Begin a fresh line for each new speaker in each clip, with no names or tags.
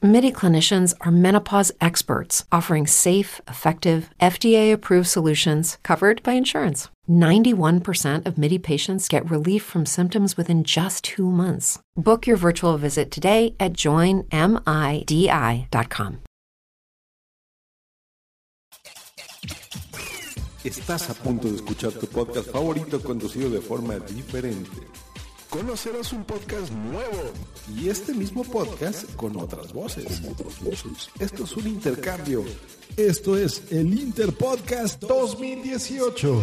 MIDI clinicians are menopause experts offering safe, effective, FDA approved solutions covered by insurance. 91% of MIDI patients get relief from symptoms within just two months. Book your virtual visit today at joinmidi.com.
Estás a punto de escuchar tu podcast favorito conducido de forma diferente. Conocerás un podcast nuevo y este mismo podcast con otras voces. Esto es un intercambio.
Esto es el Interpodcast 2018.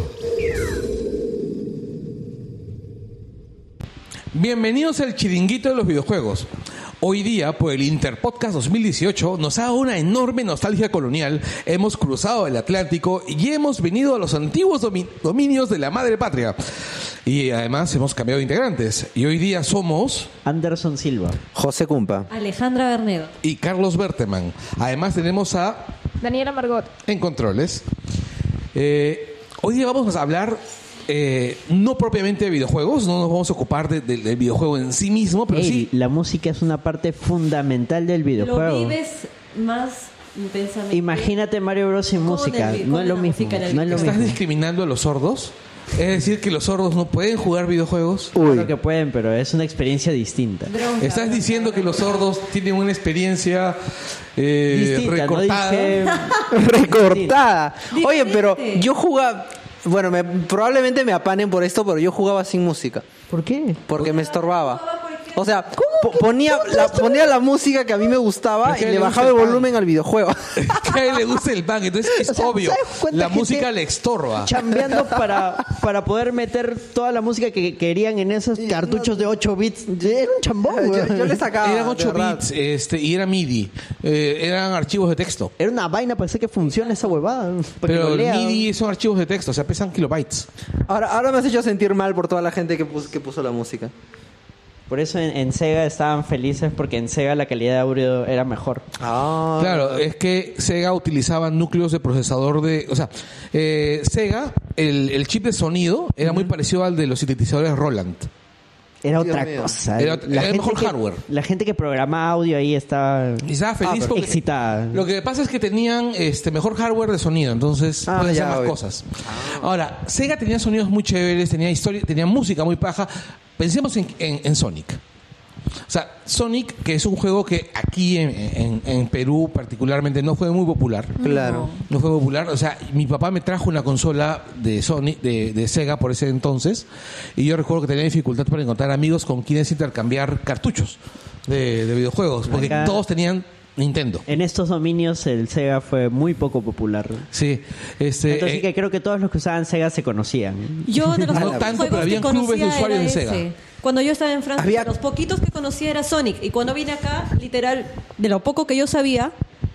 Bienvenidos al chiringuito de los videojuegos. Hoy día, por el Interpodcast 2018, nos ha dado una enorme nostalgia colonial. Hemos cruzado el Atlántico y hemos venido a los antiguos domi- dominios de la madre patria. Y además hemos cambiado de integrantes. Y hoy día somos
Anderson Silva.
José Cumpa.
Alejandra Bernedo.
y Carlos Berteman. Además tenemos a
Daniela Margot.
en controles. Eh, hoy día vamos a hablar eh, no propiamente de videojuegos, no nos vamos a ocupar de- de- del videojuego en sí mismo, pero
Ey,
sí.
La música es una parte fundamental del
Lo
videojuego.
vives más intensamente.
Imagínate Mario Bros sin
Con
música.
el-
no
con
es lo
la
mismo.
música en el-
No es lo
¿Estás
mismo.
discriminando a los sordos? Es decir, que los sordos no pueden jugar videojuegos.
Claro que pueden, pero es una experiencia distinta.
¿Estás diciendo que los sordos tienen una experiencia eh,
Distinta, no
recortada?
dije-
Recortada.
Diferente.
Oye, pero yo jugaba. Bueno, me- probablemente me apanen por esto, pero yo jugaba sin música.
¿Por qué?
Porque me estorbaba. O sea, po- ponía, la, ponía la música que a mí me gustaba
¿Pero
y
qué
le
le
bajaba el
gusta el
volumen al videojuego.
que a él le gusta el pan, entonces es
O sea,
obvio.
¿sabes cuánta
La
gente-
música le estorba.
Chambeando para, para poder meter toda la música que querían en esos cartuchos de 8 bits. Era un chambón,
yo,
weón.
yo le sacaba.
Eran
de
8
verdad.
bits este, y era MIDI. eh, eran archivos de texto.
Era una vaina para hacer que funcione esa huevada. para que
Pero
Pues lo lea.
MIDI son archivos de texto, o sea, pesan kilobytes.
Ahora, ahora me has hecho sentir mal por toda la gente que puso, que puso la música.
Por eso en, en Sega estaban felices porque en Sega la calidad de audio era mejor.
Ah.
Claro, es que Sega utilizaba núcleos de procesador de... O sea, eh, Sega, el, el chip de sonido era muy parecido al de los sintetizadores Roland.
Era
Dios
otra
mío.
cosa.
Era- era mejor
que,
hardware.
La gente que programaba audio ahí estaba
Y
Ah,
estaba feliz
pero-
porque-
excitada.
Lo que pasa es que tenían este mejor hardware de sonido, entonces
Ah,
podían
ya,
hacer más
obvio.
cosas. Ahora, Sega tenía sonidos muy chéveres, tenía historia, tenía música muy paja. Pensemos en, en- en Sonic. O sea, Sonic, que es un juego que aquí en, en- en Perú particularmente no fue muy popular.
Claro.
No fue popular. O sea, mi papá me trajo una consola de Sony, de, de Sega por ese entonces. Y yo recuerdo que tenía dificultad para encontrar amigos con quienes intercambiar cartuchos de, de videojuegos. Porque
Acá-
todos tenían Nintendo.
En estos dominios el Sega fue muy poco popular.
Sí. Este,
Entonces
eh,
que creo que todos los que usaban Sega se conocían.
Yo de los
No
pocos
tanto,
juegos
pero
que
habían clubes de
conocía
usuarios
era
de Sega.
ese. Cuando yo estaba en Francia,
Había-
de los poquitos que conocía era Sonic. Y cuando vine acá, literal, de lo poco que yo sabía,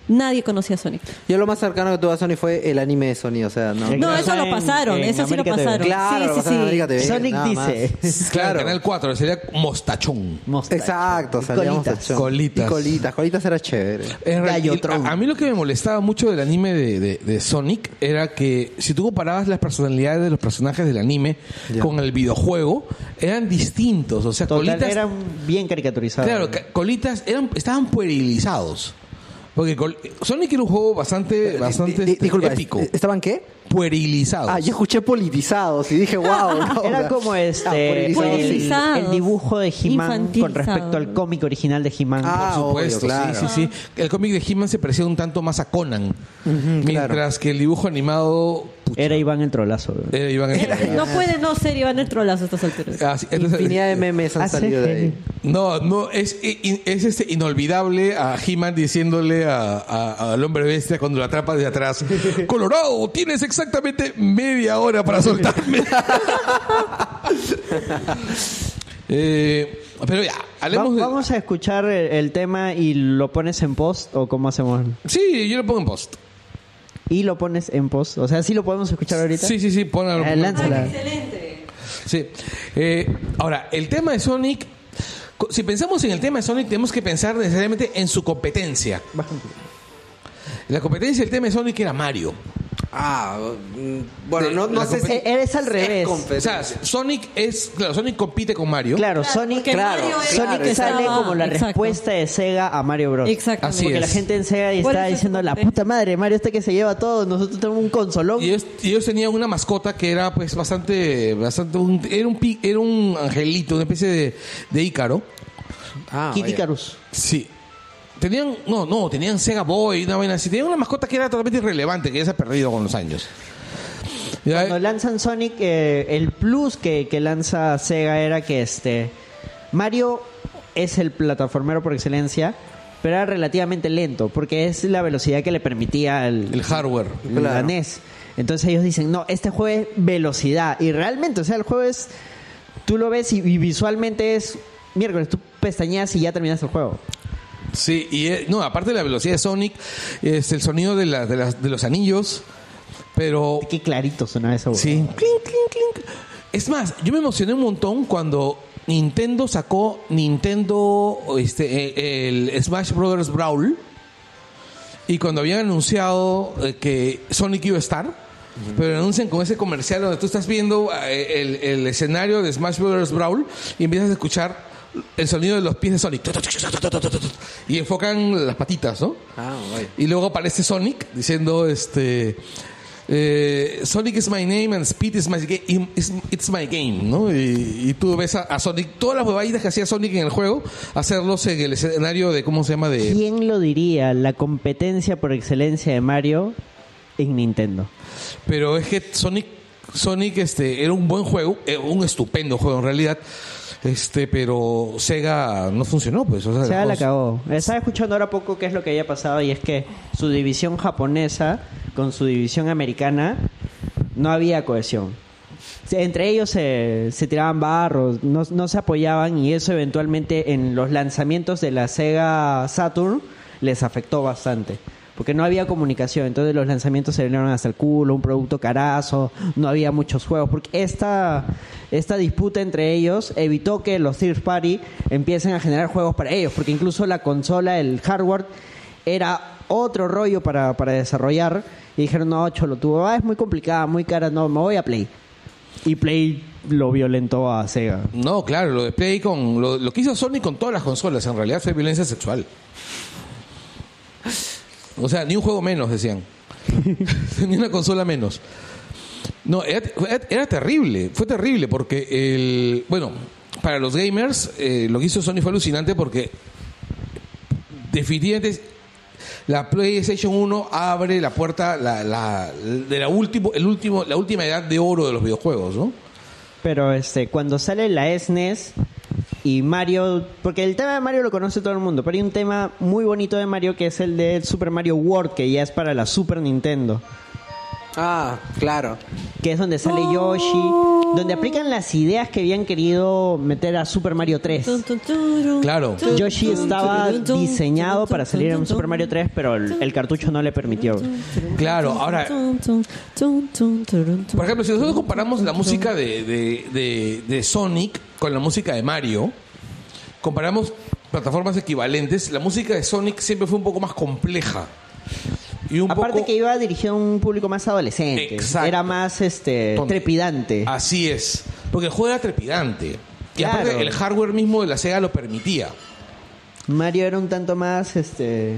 nadie conocía Sonic.
Yo lo más cercano que tuve a Sony fue el anime de Sony, o sea, no.
El-
No,
Claro.
eso
En-
lo pasaron,
en
eso sí lo
América TV.
pasaron.
Claro,
sí,
o sea, en
sí,
América
sí.
TV,
Sonic
nada más.
dice.
Claro, Canal 4, sería Mostachón.
Mostacho.
Exacto, salíamos
Colitas.
a-
Colitas.
Y colitas, colitas era chévere.
En
Gallo
realidad,
Tron.
a, a mí lo que me molestaba mucho del anime de, de- de Sonic era que si tú comparabas las personalidades de los personajes del anime con el videojuego, eran distintos. O sea,
Total,
Colitas.
eran bien caricaturizados.
Claro, ca- Colitas eran, estaban puerilizados. Porque Gol- Sonic era un juego bastante, bastante
Di-
este,
eh, disculpa,
épico.
¿est- ¿estaban qué?
puerilizado.
Ah, yo escuché politizados y dije, wow.
Era
ah,
como este el,
ah, politizados, sí.
el dibujo de He-Man
Infantilizados.
con respecto al cómic original de He-Man.
Ah,
Por supuesto,
obvio,
sí,
claro.
sí, sí. El cómic de He-Man se parecía un tanto más a Conan. mientras que el dibujo animado puta,
Era Iván el trolazo. bro.
era Iván el-
No puede no ser Iván el trolazo a estas alturas.
Ah, sí, entonces-
Infinidad de memes han
Hace
salido de
feliz.
ahí.
No, no, es, i- es este inolvidable a He-Man diciéndole a- a- al hombre bestia cuando lo atrapa de atrás. Colorado, tienes exactamente media hora para soltarme. Eh, pero ya, hablemos
Va-
de-
vamos a escuchar el, el tema y lo pones en post o cómo hacemos.
Sí, yo lo pongo en post.
Y lo pones en post. O sea, sí lo podemos escuchar ahorita.
Sí, sí, sí, ponlo.
Eh, lánzala.
Excelente.
Sí. Eh, ahora, el tema de Sonic. co- Si pensamos en el tema de Sonic, tenemos que pensar necesariamente en su competencia. La competencia del tema de Sonic era Mario.
Ah, mm, bueno, no, no
La
sé si.
competi- Eres al
es
revés.
O
competencia.
sea, Sonic es. Claro, Sonic compite con Mario.
Claro, Sonic,
porque
claro,
Mario era-
Sonic
claro,
sale
estaba-
como la
Exacto.
respuesta de Sega a Mario Bros.
Exactamente.
Así
Porque la
es.
gente en Sega
¿Cuál
está
es el
diciendo, la
competencia?
puta madre, Mario este que se lleva todo, nosotros tenemos un consolón.
Y ellos, y ellos tenían una mascota que era pues bastante. bastante un- era, un, pi- era un angelito, una especie de, de Ícaro.
Ah,
Kid
vaya.
Icarus.
Sí. Tenían, no, no, tenían Sega Boy, una vaina así. Tenían una mascota que era totalmente irrelevante, que ya se ha perdido con los años. Ya,
Cuando lanzan Sonic, eh, el plus que, que lanza Sega era que este Mario es el plataformero por excelencia, pero era relativamente lento, porque es la velocidad que le permitía el,
el hardware.
la NES. Entonces ellos dicen, no, este juego es velocidad. Y realmente, o sea, el juego es, tú lo ves y, y visualmente es miércoles, tú pestañeas y ya terminas el juego.
Sí, y eh, no, aparte de la velocidad de Sonic, es el sonido de, la- de, las- de los anillos, pero...
Qué clarito suena eso. güey.
Sí. Clink, clink, clink. Es más, yo me emocioné un montón cuando Nintendo sacó Nintendo, este, eh, el Smash Brothers Brawl, y cuando habían anunciado eh, que Sonic iba a estar, pero anuncian con ese comercial donde tú estás viendo eh, el, el escenario de Smash Brothers Brawl y empiezas a escuchar el sonido de los pies de Sonic. Y enfocan las patitas, ¿no?
Ah, vaya.
Y luego aparece Sonic diciendo este eh, Sonic is my name and Speed is my game, it's my game, ¿no? Y, y tú ves a, a Sonic todas las huevaditas que hacía Sonic en el juego hacerlos en el escenario de cómo se llama de
¿Quién lo diría? La competencia por excelencia de Mario en Nintendo.
pero es que Sonic Sonic este era un buen juego, eh, un estupendo juego en realidad. Este, pero Sega no funcionó, pues. o sea,
Sega la
los-
cagó. Estaba escuchando ahora poco qué es lo que había pasado y es que su división japonesa con su división americana no había cohesión. Se- Entre ellos se, se tiraban barros, no, no se apoyaban y eso eventualmente en los lanzamientos de la Sega Saturn les afectó bastante. Porque no había comunicación, entonces los lanzamientos se vinieron hasta el culo, un producto carazo, no había muchos juegos. Porque esta, esta disputa entre ellos evitó que los third party empiecen a generar juegos para ellos, porque incluso la consola, el hardware, era otro rollo para, para desarrollar. Y dijeron, no, cholo, tuvo, ah, es muy complicada, muy cara, no, me voy a Play. Y Play lo violentó a Sega.
No, claro, lo de Play con lo, lo que hizo Sony con todas las consolas en realidad fue violencia sexual. O sea, ni un juego menos decían. ni una consola menos. No, era, era- era terrible, fue terrible porque el bueno, para los gamers eh, lo que hizo Sony fue alucinante porque definitivamente la PlayStation 1 abre la puerta la, la- de la último el último la última edad de oro de los videojuegos, ¿no?
Pero este, cuando sale la SNES y Mario, porque el tema de Mario lo conoce todo el mundo, pero hay un tema muy bonito de Mario que es el de Super Mario World, que ya es para la Super Nintendo,
Ah, claro.
que es donde sale Yoshi, donde aplican las ideas que habían querido meter a Super Mario 3.
Tun, tun, turun.
Claro.
Tun,
Yoshi
tun,
estaba
turun, tun,
diseñado
tun,
para
tun,
salir en
tun,
Super Mario 3, pero el, el cartucho no le permitió.
Claro,
tun,
ahora-
tun, tun, tun, tun, turun, tun.
Por ejemplo, si nosotros comparamos la música de, de- de- de Sonic con la música de Mario, comparamos plataformas equivalentes, la música de Sonic siempre fue un poco más compleja. Y un
Aparte
poco-
que iba dirigido a un público más adolescente,
Exacto.
era más este
Tonto.
trepidante.
Así es. Porque el juego era trepidante. Y aparte
Claro.
el hardware mismo de la Sega lo permitía.
Mario era un tanto más este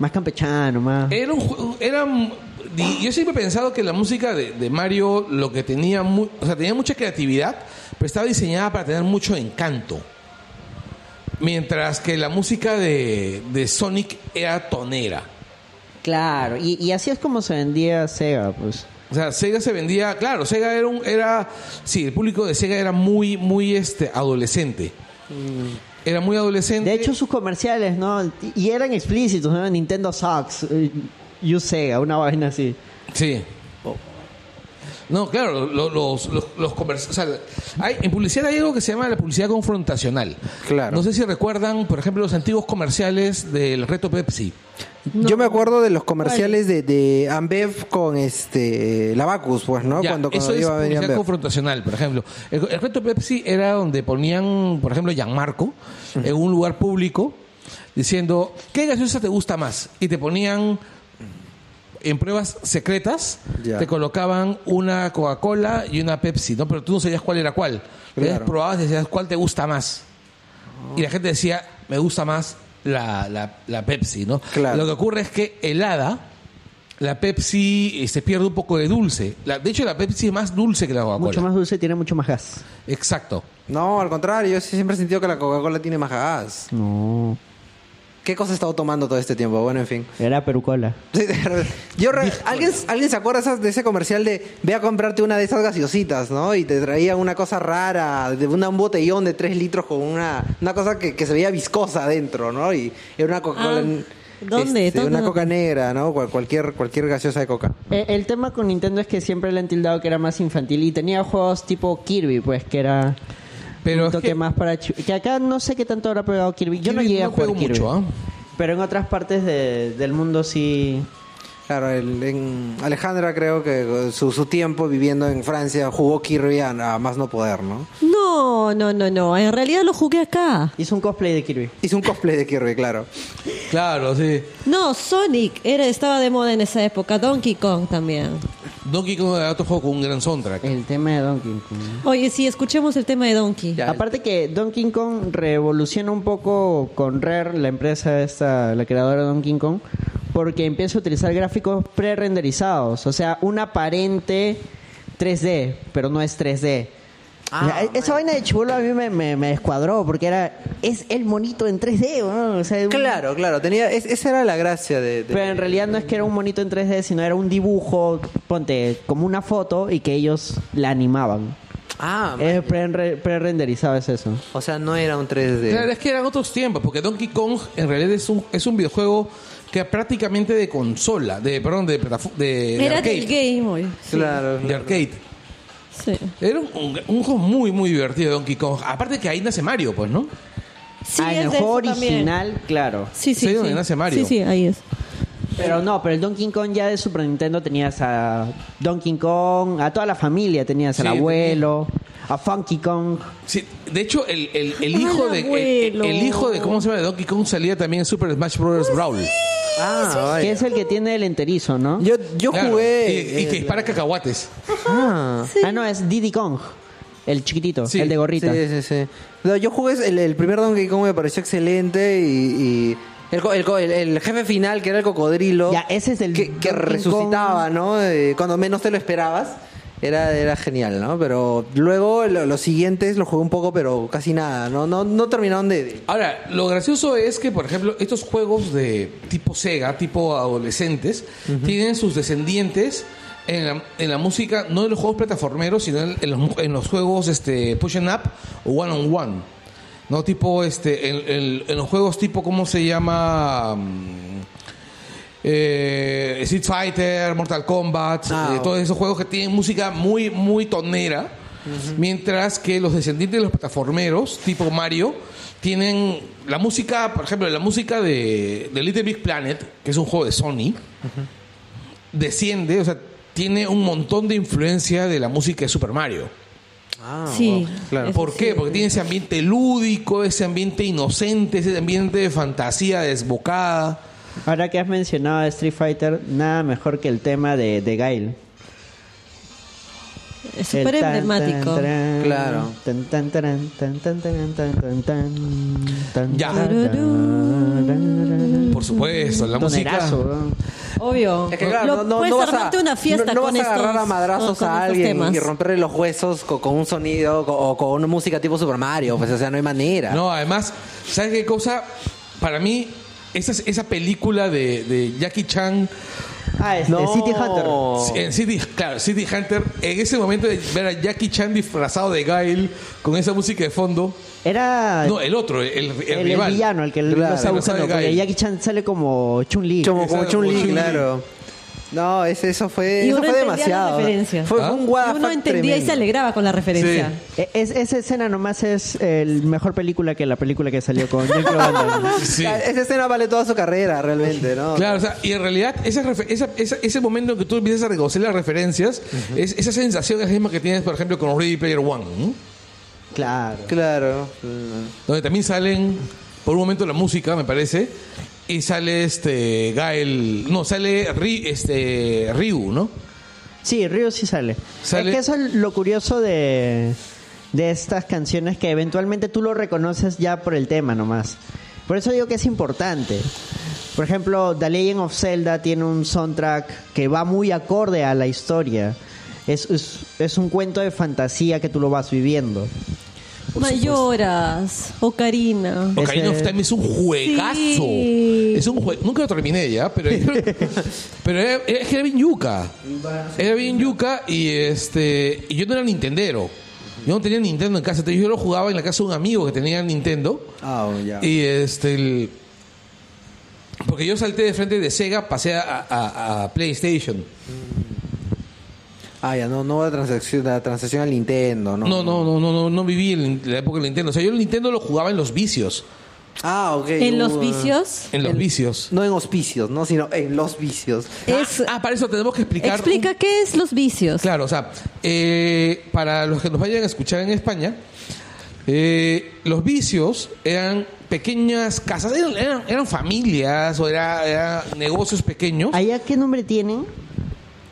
Más campechano, más.
Era un juego, era, di- yo siempre he pensado que la música de, de Mario lo que tenía, mu- o sea, tenía mucha creatividad, pero estaba diseñada para tener mucho encanto. Mientras que la música de, de Sonic era tonera.
Claro, y, y así es como se vendía Sega, pues.
O sea, Sega se vendía, claro, Sega era un, era, sí, el público de Sega era muy, muy este, adolescente. Era muy adolescente.
Mm. De hecho, sus comerciales, ¿no? Y eran explícitos, ¿no? Nintendo sucks, eh, you Sega, una vaina así.
Sí. No, claro, lo- los, los, los comerci- o sea, hay, en publicidad hay algo que se llama la publicidad confrontacional.
Claro.
No sé si recuerdan, por ejemplo, los antiguos comerciales del reto Pepsi.
Yo me acuerdo de los comerciales de, de Ambev con este Lavacus, pues, ¿no?
Ya,
cuando cuando
eso es
iba a venir
publicidad
Ambev.
confrontacional, por ejemplo. El, el reto Pepsi era donde ponían, por ejemplo, Gianmarco en un lugar público diciendo, ¿qué gaseosa te gusta más? Y te ponían en pruebas secretas,
Ya.
te colocaban una Coca-Cola y una Pepsi, ¿no? Pero tú no sabías cuál era cuál. Entonces
Claro.
probabas y decías, ¿cuál te gusta más? Y la gente decía, me gusta más la, la- la Pepsi, ¿no?
Claro.
Lo que ocurre es que helada, la Pepsi eh, se pierde un poco de dulce. La- de hecho, la Pepsi es más dulce que la Coca-Cola.
Mucho más dulce, tiene mucho más gas.
Exacto.
No, al contrario, yo sí siempre he sentido que la Coca-Cola tiene más gas.
No,
¿Qué cosa he estado tomando todo este tiempo? Bueno, en fin.
era perucola.
Sí, de verdad. Yo re- ¿alguien, ¿Alguien se acuerda esas- de ese comercial de ve a comprarte una de esas gaseositas, ¿no? Y te traía una cosa rara, de una- un botellón de 3 litros con una, una cosa que, que se veía viscosa adentro, ¿no? Y era una Coca-Cola.
Ah,
en-
¿dónde?
este,
¿Dónde?
Una coca negra, ¿no? Cual- cualquier, cualquier gaseosa de coca.
Eh, El tema con Nintendo es que siempre le han tildado que era más infantil y tenía juegos tipo Kirby, pues que era
Pero
un
es
toque
que-
más para chi- que acá no sé qué tanto habrá pegado Kirby. Yo no
Kirby
llegué
no
a jugar
pegó
Kirby.
mucho, ¿ah?
Pero en otras partes de- del mundo sí
Claro, el- en Alejandra creo que eh, su, su tiempo viviendo en Francia jugó Kirby a, a más no poder, ¿no?
No, no, no, no. En realidad lo jugué acá.
hizo un cosplay de Kirby.
Hizo un cosplay de Kirby, claro.
Claro, sí.
No, Sonic era, estaba de moda en esa época. Donkey Kong también.
Donkey Kong era otro juego con un gran soundtrack.
El tema de Donkey Kong.
Oye, sí, escuchemos el tema de Donkey.
Aparte que Donkey Kong revoluciona un poco con Rare, la empresa esta, la creadora de Donkey Kong, porque empieza a utilizar gráficos pre-renderizados, o sea, un aparente 3D, pero no es 3D. O sea, e-, esa vaina de chibolo a mí me, me- me descuadró porque era es el monito en 3D, weón, o sea, un-
Claro, claro. Tenía, es- esa era la gracia de. de-
pero en realidad no es que era un monito en 3D, sino era un dibujo, ponte como una foto y que ellos la animaban.
Ah,
Es pre- pre-renderizado es eso.
O sea, no era un 3D.
Claro, es que eran otros tiempos, porque Donkey Kong en realidad es un, es un videojuego que era prácticamente de consola, de, perdón, de, platafo- de, de
era
arcade.
del Game Boy.
eh, Claro.
De arcade.
Sí.
Era un, un- un juego muy, muy divertido Donkey Kong. Aparte que ahí nace Mario, pues, ¿no?
Sí,
ah,
es
en el
de
juego
eso también.
original, claro.
Sí, sí.
Sí,
sí.
donde nace Mario.
Sí, sí, ahí es.
Pero no, pero el Donkey Kong ya de Super Nintendo tenías a Donkey Kong, a toda la familia tenías
Sí,
al abuelo, a Funky Kong.
Sí, de hecho, el, el- el
Ay,
hijo de el,
abuelo.
el hijo de cómo se llama de Donkey Kong salía también en Super Smash Bros. Brawl.
Ah,
Que
vaya.
es el que tiene el enterizo, ¿no?
Yo, yo
Claro.
jugué.
Y, y que dispara cacahuates.
Ah.
Ah, no, es Diddy Kong, el chiquitito,
Sí.
el de
Sí,
gorrita.
sí, sí. No, yo jugué el, el primer Donkey Kong, me pareció excelente y. y el, co- el co- el- el jefe final, que era el cocodrilo.
Ya, ese es el
Que, que
Donkey Kong.
resucitaba, ¿no? Eh, cuando menos te lo esperabas. Era, era genial, ¿no? Pero luego lo- los siguientes los jugué un poco, pero casi nada. No, no, no terminaron de. de-
Ahora, lo gracioso es que, por ejemplo, estos juegos de tipo Sega, tipo adolescentes, tienen sus descendientes en la, en la música, no en los juegos plataformeros, sino en, en los, mu- en los juegos este, push and up o one on one. No tipo, este, en, en- en los juegos tipo, ¿cómo se llama? Mm, eh, Street Fighter, Mortal Kombat,
Ah,
eh, todos esos juegos que tienen música muy, muy tonera. Mientras que los descendientes de los plataformeros, tipo Mario, tienen la música, por ejemplo, la música de, de Little Big Planet, que es un juego de Sony, desciende, o sea, tiene un montón de influencia de la música de Super Mario.
Ah,
sí.
wow, claro.
Eso
¿Por
sí.
Este,
qué? Porque tiene ese ambiente lúdico, ese ambiente inocente, ese ambiente de fantasía desbocada.
Ahora que has mencionado a Street Fighter, nada mejor que el tema de, de Gail.
Es súper emblemático.
Claro.
Ya.
Ya.
Por supuesto, la música.
Tonerazo, weón.
Obvio.
Es que claro,
Lo-
no, no-
puedes
no vas
armarte
a,
una fiesta
no- no
con
vas a
estos-
agarrar a madrazos
con
a
estos
alguien
temas.
y romperle los huesos co- con, un sonido co- o con una música tipo Super Mario. Pues, o sea, no hay manera.
No, además, ¿sabes qué cosa? Para mí, esa, esa película de, de Jackie Chan
Ah, este, City Hunter.
en City, claro, City Hunter, en ese momento de ver a Jackie Chan disfrazado de Gail con esa música de fondo.
Era
No, el otro, el, el
el, el
rival.
villano, el que lo
Claro.
está buscando.
Sabe
Porque
Guy.
Jackie Chan sale como Chun-Li.
Como, como
Exacto,
Chun-Li,
como Chun-Li.
claro. No, ese, eso fue,
Y
eso
uno
fue
entendía la
demasiado.
referencia.
Fue
¿Ah?
un
Y
what the
uno
fuck
entendía y se
tremendo.
alegraba con la referencia.
Sí.
E- es- esa escena nomás es el mejor película que la película que salió con Jean Claude Van Damme.
Sí.
Ah, Esa escena vale toda su carrera, realmente, ¿no?
Claro, o sea, y en realidad esa refe- esa- esa- ese momento en que tú empiezas a reconocer las referencias, es, esa sensación es la misma que tienes, por ejemplo, con Ready Player One, ¿no?
Claro.
Claro.
donde también salen, por un momento, la música, me parece, y sale este Gael, no, sale Ri- este, Ryu, ¿no?
Sí, Río sí sale.
Sale-
Es que eso es lo curioso de, de estas canciones que eventualmente tú lo reconoces ya por el tema nomás. Por eso digo que es importante. Por ejemplo, The Legend of Zelda tiene un soundtrack que va muy acorde a la historia. Es, es, es un cuento de fantasía que tú lo vas viviendo.
Mayoras, Ocarina.
Ocarina of
Ese-
Time es un juegazo.
Sí.
Es un jue- Nunca lo terminé ya, pero, pero era, era- es que era bien yuca. Era bien yuca y este y yo no era nintendero. Yo no tenía Nintendo en casa, entonces yo lo jugaba en la casa de un amigo que tenía Nintendo.
Ah, ya.
Y este el- porque yo salté de frente de Sega, pasé a, a- a PlayStation.
Ah, ya, no, no va a transacción, la transacción al Nintendo, ¿no?
No, no, no, no, no, no viví en la época del Nintendo. O sea, yo el Nintendo lo jugaba en los vicios.
Ah, ok.
En los
Uh,
vicios.
En los vicios.
No en hospicios, ¿no? Sino en los vicios.
Es,
Ah, para eso tenemos que explicar. un
explica qué es los vicios.
Claro, o sea, eh, para los que nos vayan a escuchar en España, eh, los vicios eran pequeñas casas, eran, eran- eran familias o era, era negocios pequeños.
¿Allá qué nombre tienen?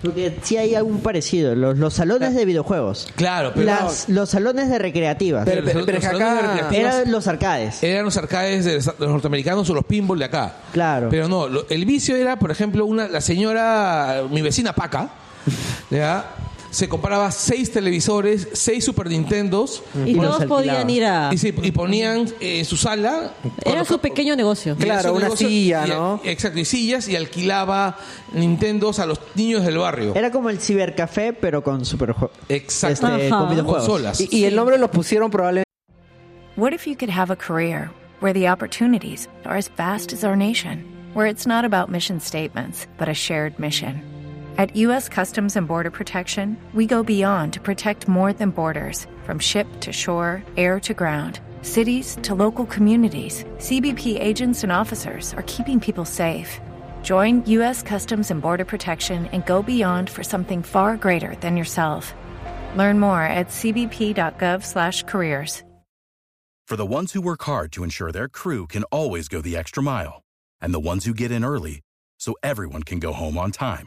Porque sí hay algún parecido. Los, los salones de videojuegos.
Claro, pero
Las- los salones de recreativas.
Pero-
los-
pero
los
es que
salones
acá-
recreativos
Eran los arcades.
eran los arcades de los, de los norteamericanos o los pinball de acá.
Claro.
Pero no, lo- el vicio era, por ejemplo, una la señora, mi vecina Paca, ¿ya? se compraba seis televisores, seis Super Nintendos.
Y
Los
todos
alquilaba.
podían ir a.
Y, se- y ponían eh, en su sala
Era su pequeño negocio.
Claro,
Era su
una silla,
y-
¿no?
exacto, y sillas y alquilaba Nintendos a los niños del barrio.
Era como el cibercafé, pero con superjuegos.
exacto.
Ajá.
Este, con videojuegos.
Consolas.
Y, y el nombre lo pusieron probablemente
What if you could have a career where the opportunities are as vast as our nation, where it's not about mission statements, but a shared mission? At U.S. Customs and Border Protection, we go beyond to protect more than borders from ship to shore, air to ground. Cities to local communities, CBP agents and officers are keeping people safe. Join U.S. Customs and Border Protection and go beyond for something far greater than yourself. Learn more at cbp.gov/careers.
For the ones who work hard to ensure their crew can always go the extra mile, and the ones who get in early so everyone can go home on time,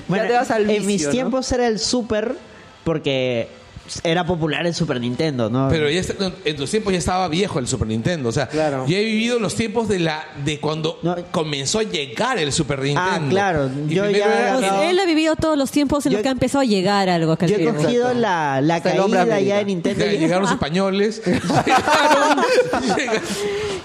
Bueno,
ya te vas al vicio.
en mis
¿no?
tiempos era el super porque era popular el Super Nintendo, ¿no?
Pero ya está- no, en tus tiempos ya estaba viejo el Super Nintendo. O sea,
Claro.
yo he vivido los tiempos de la de cuando
No.
comenzó a llegar el Super
Ah,
Nintendo.
claro.
Y
Yo
primero
ya
era-
Pues,
Claro.
él ha vivido todos los tiempos en
Yo-
los que ha empezado a llegar algo acá. al
Yo he
Perú.
cogido la, la
Hasta el hombre
caída ya de
América.
Nintendo. "Ah,
ya llegaron los españoles. llegaron,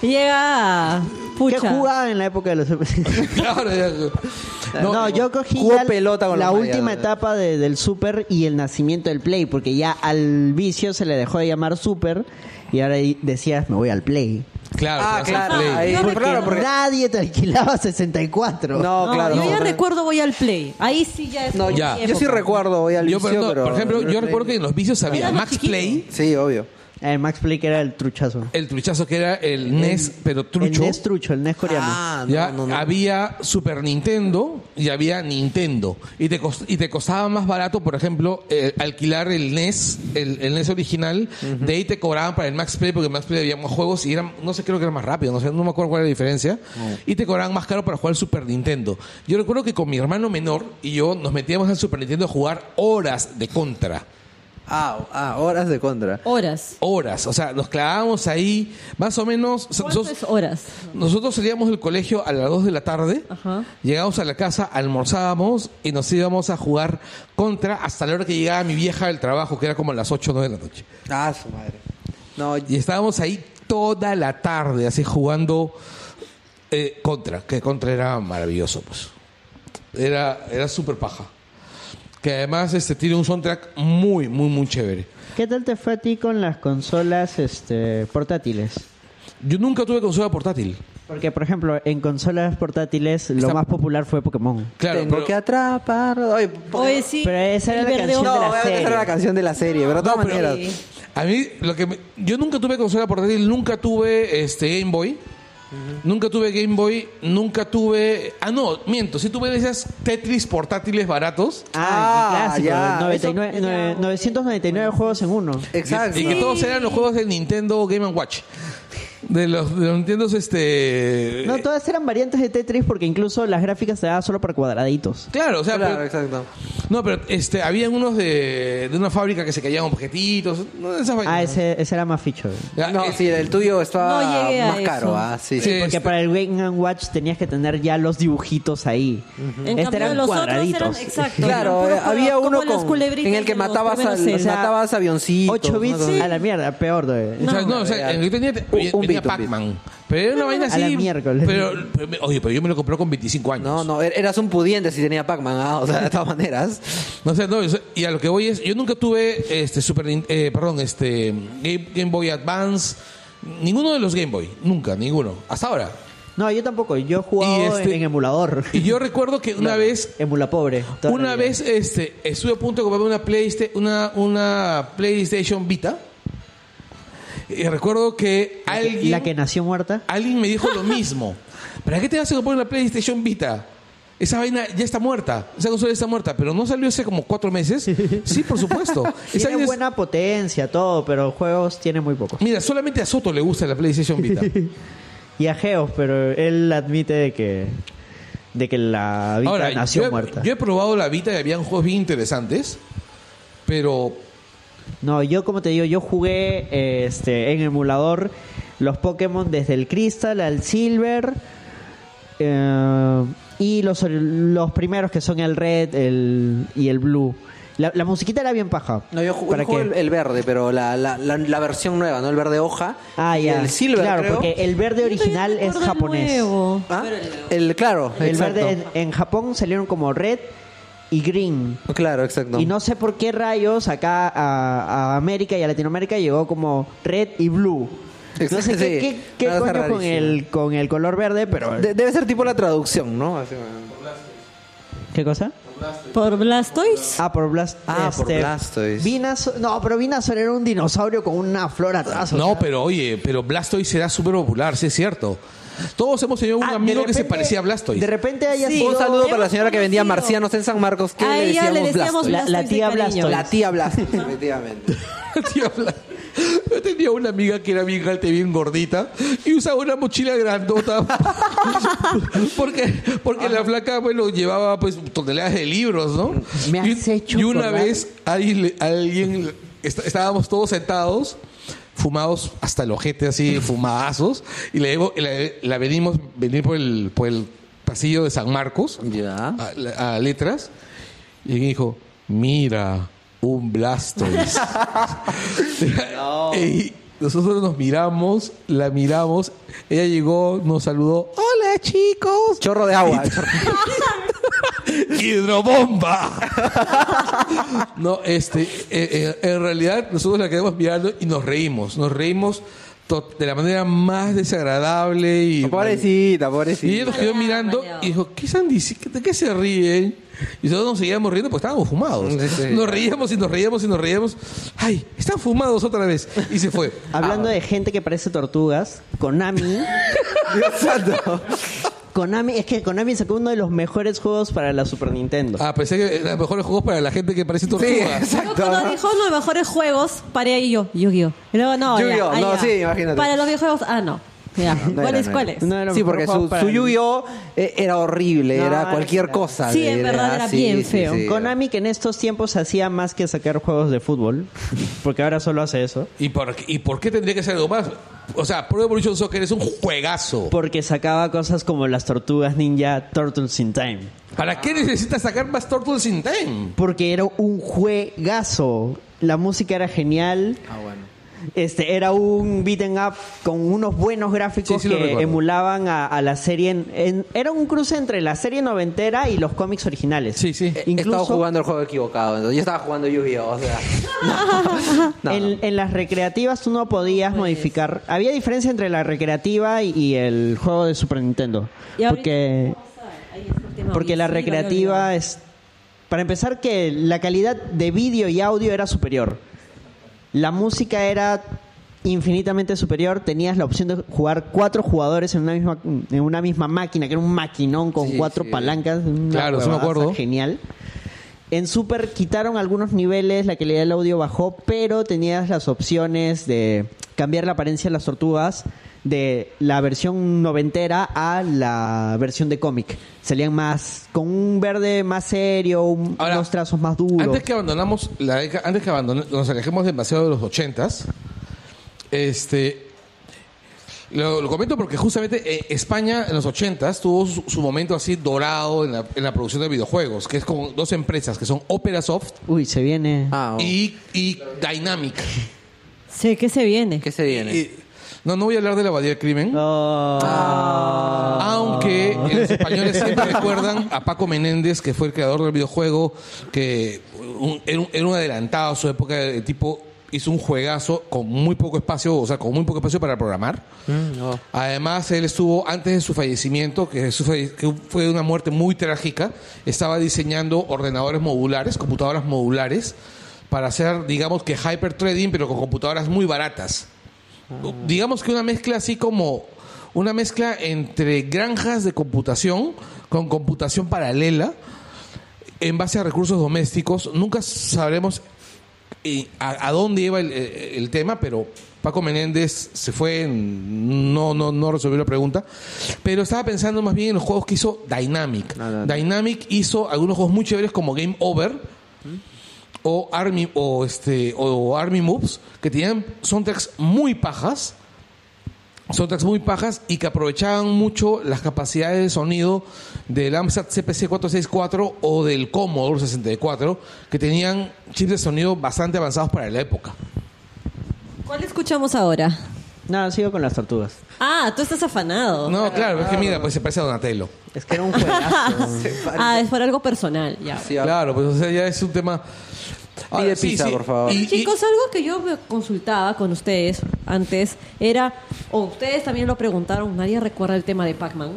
llegaron-
Llega.
¿Qué
Pucha.
jugaba en la época de los Super Nintendo?
claro, ya-
No, yo cogí
jugó
ya
pelota con
la
los
última
mayas, ¿no?
etapa de- del Super y el nacimiento del Play, porque ya al vicio se le dejó de llamar Super y ahora ahí decías, me voy al Play.
Claro,
Ah,
te vas al
claro,
Play.
ahí-
Porque
claro, porque-
nadie te alquilaba 64.
No,
No,
claro.
yo
no.
ya recuerdo voy al play. Ahí sí ya es.
No,
mi
Ya.
yo sí
época.
recuerdo hoy al
Yo,
vicio,
pero no,
pero...
por ejemplo, yo recuerdo que en los vicios había
Éramos
Max
chiquitos.
Play,
Sí, obvio.
El Eh, Max Plick era el truchazo.
El truchazo que era el E NES, pero trucho.
El NES trucho, el NES coreano.
Ah, no,
ya
no, no.
había Super Nintendo y había Nintendo y te cos- y te costaba más barato por ejemplo eh, alquilar el NES el, el NES original de ahí te cobraban para el Max Play porque en Max Play había más juegos y eran no sé creo que era más rápido no sé no me acuerdo cuál era la diferencia y te cobraban más caro para jugar el Super Nintendo yo recuerdo que con mi hermano menor y yo nos metíamos al Super Nintendo a jugar horas de contra
Ah, ah, horas de contra.
Horas.
horas o sea nos clavábamos ahí más o menos o sea,
¿Cuánto
nosotros-
es horas?
nosotros salíamos del colegio a las 2 de la tarde,
Ajá.
llegábamos a la casa, almorzábamos y nos íbamos a jugar contra hasta la hora que llegaba mi vieja del trabajo, que era como a las 8 o 9 de la noche.
Ah, su madre. No,
Y estábamos ahí toda la tarde, así jugando eh, contra, que contra era maravilloso, pues. Era, era súper paja. Que además este, tiene un soundtrack muy, muy, muy chévere.
¿Qué tal te fue a ti con las consolas este, portátiles?
Yo nunca tuve consola portátil.
Porque, por ejemplo, en consolas portátiles lo
Está-
más popular fue Pokémon.
Claro,
tengo
pero-
que atrapar. Oye,
Oye, sí.
Pero esa era
el
la
verdeo-
canción de
no,
la
voy a
serie.
dejar la canción de la serie, pero de todas
pero-
maneras.
Sí.
A mí, lo que me- yo nunca tuve consola portátil, nunca tuve este Game Boy. Nunca tuve Game Boy, nunca tuve. Ah, no, miento, sí tuve esas Tetris portátiles baratos.
Ah,
Ah,
el clásico,
ya.
99
Eso-
nueve- 999 juegos en uno.
Exacto.
Y que todos eran los juegos del Nintendo Game Watch. De los, de los Nintendo, este.
No, todas eran variantes de Tetris porque incluso las gráficas se daban solo para cuadraditos.
Claro, o sea,
Claro,
pero-
exacto.
no, pero este, habían unos de, de una fábrica que se caían objetitos, no, esas vainas.
Ah, ese, ese era más ficho.
Ya,
No,
eh,
sí, el tuyo estaba
No llegué a
más
eso.
caro. Ah, sí.
Sí.
Porque
Este-
para el Game and Watch tenías que tener ya los dibujitos ahí.
Mm.
En
este
cambio,
eran
los
cuadraditos.
otros eran exacto. eran
Claro,
puros
eh, había
juegos,
uno
como las
con,
culebritas
en el que
de los
matabas,
primeros
al,
Zelda.
o sea,
matabas avioncitos.
8
una
bits
cosa así.
a la mierda, peor. de-
O sea, no, o sea,
real.
en el que tenía venía,
un beat, un
Pac-Man. Pero era una vaina
Ah, A
así.
la miércoles.
Pero, pero me- oye, pero yo me lo compré con 25 años.
No, no, er- eras un pudiente si tenía Pac-Man, ah, o sea, de todas maneras.
No sé, no, yo- y a lo que voy es, yo nunca tuve este Super Nin- eh, perdón, este Game, Game Boy Advance, ninguno de los Game Boy, nunca, ninguno, hasta ahora.
No, yo tampoco. Yo jugaba
Y este-
en emulador.
Y yo recuerdo que una vez
Emula pobre. toda la
una
vida.
vez este estuve a punto de comprarme una PlayStation una una PlayStation Vita. Y recuerdo que alguien
La que nació muerta.
Alguien me dijo lo mismo. ¿Para qué te vas a comprar una PlayStation Vita? Esa vaina ya está muerta. Esa consola ya está muerta, pero no salió hace como cuatro meses. Sí, por supuesto. Esa vaina
Tiene
es-
buena potencia, todo, pero juegos tiene muy pocos.
Mira, solamente a Soto le gusta la PlayStation Vita.
Y a Geos, pero él admite de que, de que la vida
Ahora,
nació
yo, he-
muerta.
yo he probado la Vita y habían juegos bien interesantes, pero
No, yo como te digo, yo jugué eh, este, en emulador los Pokémon desde el Crystal al Silver eh, y los, los primeros que son el Red el, y el Blue. La, la musiquita era bien paja.
No, yo jugué,
¿Para qué?
el, el verde, pero la, la, la, la versión nueva, ¿no? El verde hoja.
Ah,
y
ya.
el silver,
Claro,
creo.
porque el verde original
Yo todavía
es
no me acuerdo del
japonés.
nuevo.
Ah, El claro,
El
exacto.
verde en, en Japón salieron como Red y Green.
Claro, exacto.
Y no sé por qué rayos acá a, a América y a Latinoamérica llegó como red y blue. No sé
Exacto,
qué,
sí.
qué, qué
Una cosa
coño con
rarísima.
el, con el color verde, pero...
De- debe ser tipo la traducción, ¿no? Así,
¿Qué cosa?
Por Blastoise.
Ah, por Blast...
Ah, por Blastoise.
Venusaur- no, pero Vinazor era un dinosaurio con una flor atrás. o
no,
sea.
pero oye, pero Blastoise será súper popular, sí es cierto. Todos hemos tenido un
Ah, de
amigo que se
repente-
parecía a Blastoise.
De repente haya
Sí.
sido...
Un saludo para la
Hemos
señora que vendía
conocido.
marcianos en San Marcos. que
A
le
ella
decíamos,
le decíamos
Blastoise?
La- la
Blastoise.
tía
de cariño.
Blastoise.
La tía Blasto, efectivamente.
Tío, la- Yo tenía una amiga que era bien alta y bien gordita y usaba una mochila grandota porque, porque la flaca bueno, llevaba pues toneladas de libros, ¿no?
Me
y,
has hecho
y una
acordar.
vez alguien, le- alguien le- est- estábamos todos sentados fumados hasta el ojete así fumadazos y le digo- la, la venimos venir por el por el pasillo de San Marcos
Ya.
a, a letras y dijo, mira, un Blastoise. Y nosotros nos miramos, la miramos, ella llegó, nos saludó, hola chicos,
Chorro de agua.
hidrobomba. no, este, eh, eh, en realidad nosotros la quedamos mirando y nos reímos, nos reímos to- de la manera más desagradable y...
Pobrecita,
Y ella
pobrecita.
nos quedó
Ah,
mirando
rayado.
y dijo, ¿qué están diciendo? ¿De qué se ríen? Y nosotros nos seguíamos riendo porque estábamos fumados.
Sí, sí.
Nos reíamos y nos reíamos y nos reíamos. ¡Ay! Están fumados otra vez. Y se fue.
Hablando de gente que parece tortugas, Konami.
Dios santo.
Konami, es que Konami sacó uno de los mejores juegos para la Super Nintendo.
Ah, pensé que eran mejores juegos para la gente que parece tortuga.
Sí,
Yo
exacto.
cuando dijo uno de los mejores juegos, paré ahí yo, Yu-Gi-Oh. Y luego, no, ya,
Yu-Gi-Oh,
ah,
no,
ya.
sí, imagínate.
Para los videojuegos, ah, no. Ya.
No
¿Cuál
era,
es?
no
¿Cuál
era.
es?
Uno de los
Sí,
mejores
porque su,
juegos para
su
el-
Yu-Gi-Oh eh, era horrible,
No,
era
era-
cualquier cosa.
Sí, en verdad era bien feo.
Konami que en estos tiempos hacía más que sacar juegos de fútbol, porque ahora solo hace eso.
¿Y por, qué- ¿Y por qué tendría que ser algo más? O sea, Pro Evolution Soccer es un juegazo.
Porque sacaba cosas como las tortugas ninja Turtles in Time.
¿Para qué necesitas sacar más Turtles in Time?
Porque era un juegazo. La música era genial.
Ah, bueno.
Este, era un beaten up con unos buenos
Sí,
gráficos
sí lo
que
recuerdo.
emulaban a, a la serie. en- en- era un cruce entre la serie noventera y los cómics originales.
Sí, sí.
Eh, Estaba
Incluso
jugando el juego equivocado, entonces yo estaba jugando Yu-Gi-Oh, o sea. No,
en, en las recreativas tú no podías
Pues.
modificar. Había diferencia entre la recreativa y, y el juego de Super Nintendo.
Y ahorita,
Porque,
Ahí es el tema.
porque la
Sí, lo había
recreativa
olvidado.
es. Para empezar, que la calidad de vídeo y audio era superior. La música era infinitamente superior. Tenías la opción de jugar cuatro jugadores en una misma, en una misma máquina, que era un maquinón con
Sí,
cuatro
sí.
palancas. una
Claro, sí me
huevadaza
acuerdo.
Genial. En Super quitaron algunos niveles, la calidad del audio bajó, pero tenías las opciones de cambiar la apariencia de las tortugas de la versión noventera a la versión de cómic. Salían más, con un verde más serio, un-
Ahora,
unos trazos más duros.
Antes que abandonamos la década- antes que abandone- nos alejemos demasiado de los ochentas, este lo, lo comento porque justamente eh, España en los ochentas tuvo su, su momento así dorado en la, en la producción de videojuegos, que es con dos empresas que son Opera Soft
Uy, se viene.
Ah, oh.
y, y Dynamic.
Sé que se viene.
¿Qué se viene?
Y- no, no voy a hablar de la abadía del crimen. Ah.
Oh.
Aunque los españoles siempre recuerdan a Paco Menéndez, que fue el creador del videojuego, que un- era, un, era un adelantado a su época, el tipo hizo un juegazo con muy poco espacio, o sea, con muy poco espacio para programar. Además, él estuvo, antes de su fallecimiento, que, su falle- que fue una muerte muy trágica, estaba diseñando ordenadores modulares, computadoras modulares, para hacer, digamos que hyperthreading, pero con computadoras muy baratas. Digamos que una mezcla así como una mezcla entre granjas de computación con computación paralela en base a recursos domésticos. Nunca sabremos eh, a, a dónde iba el, eh, el tema, pero Paco Menéndez se fue, en- no, no, no resolvió la pregunta. Pero estaba pensando más bien en los juegos que hizo Dynamic. Dynamic hizo algunos juegos muy chéveres como Game Over o Army o este o Army Moves que tenían soundtracks muy pajas soundtracks muy pajas y que aprovechaban mucho las capacidades de sonido del Amstrad CPC 464 o del Commodore 64 que tenían chips de sonido bastante avanzados para la época
¿Cuál escuchamos ahora?
No, sigo con las tortugas.
Ah, tú estás afanado.
no claro es que mira pues se parece a Donatello
Es que era un juegazo.
ah, es por algo personal, ya.
Sí,
claro pues o sea ya es un tema Ahora,
Pide pizza, por favor.
y- y-
Chicos, algo que yo me consultaba con ustedes antes era, o ustedes también lo preguntaron, nadie recuerda el tema de Pac-Man.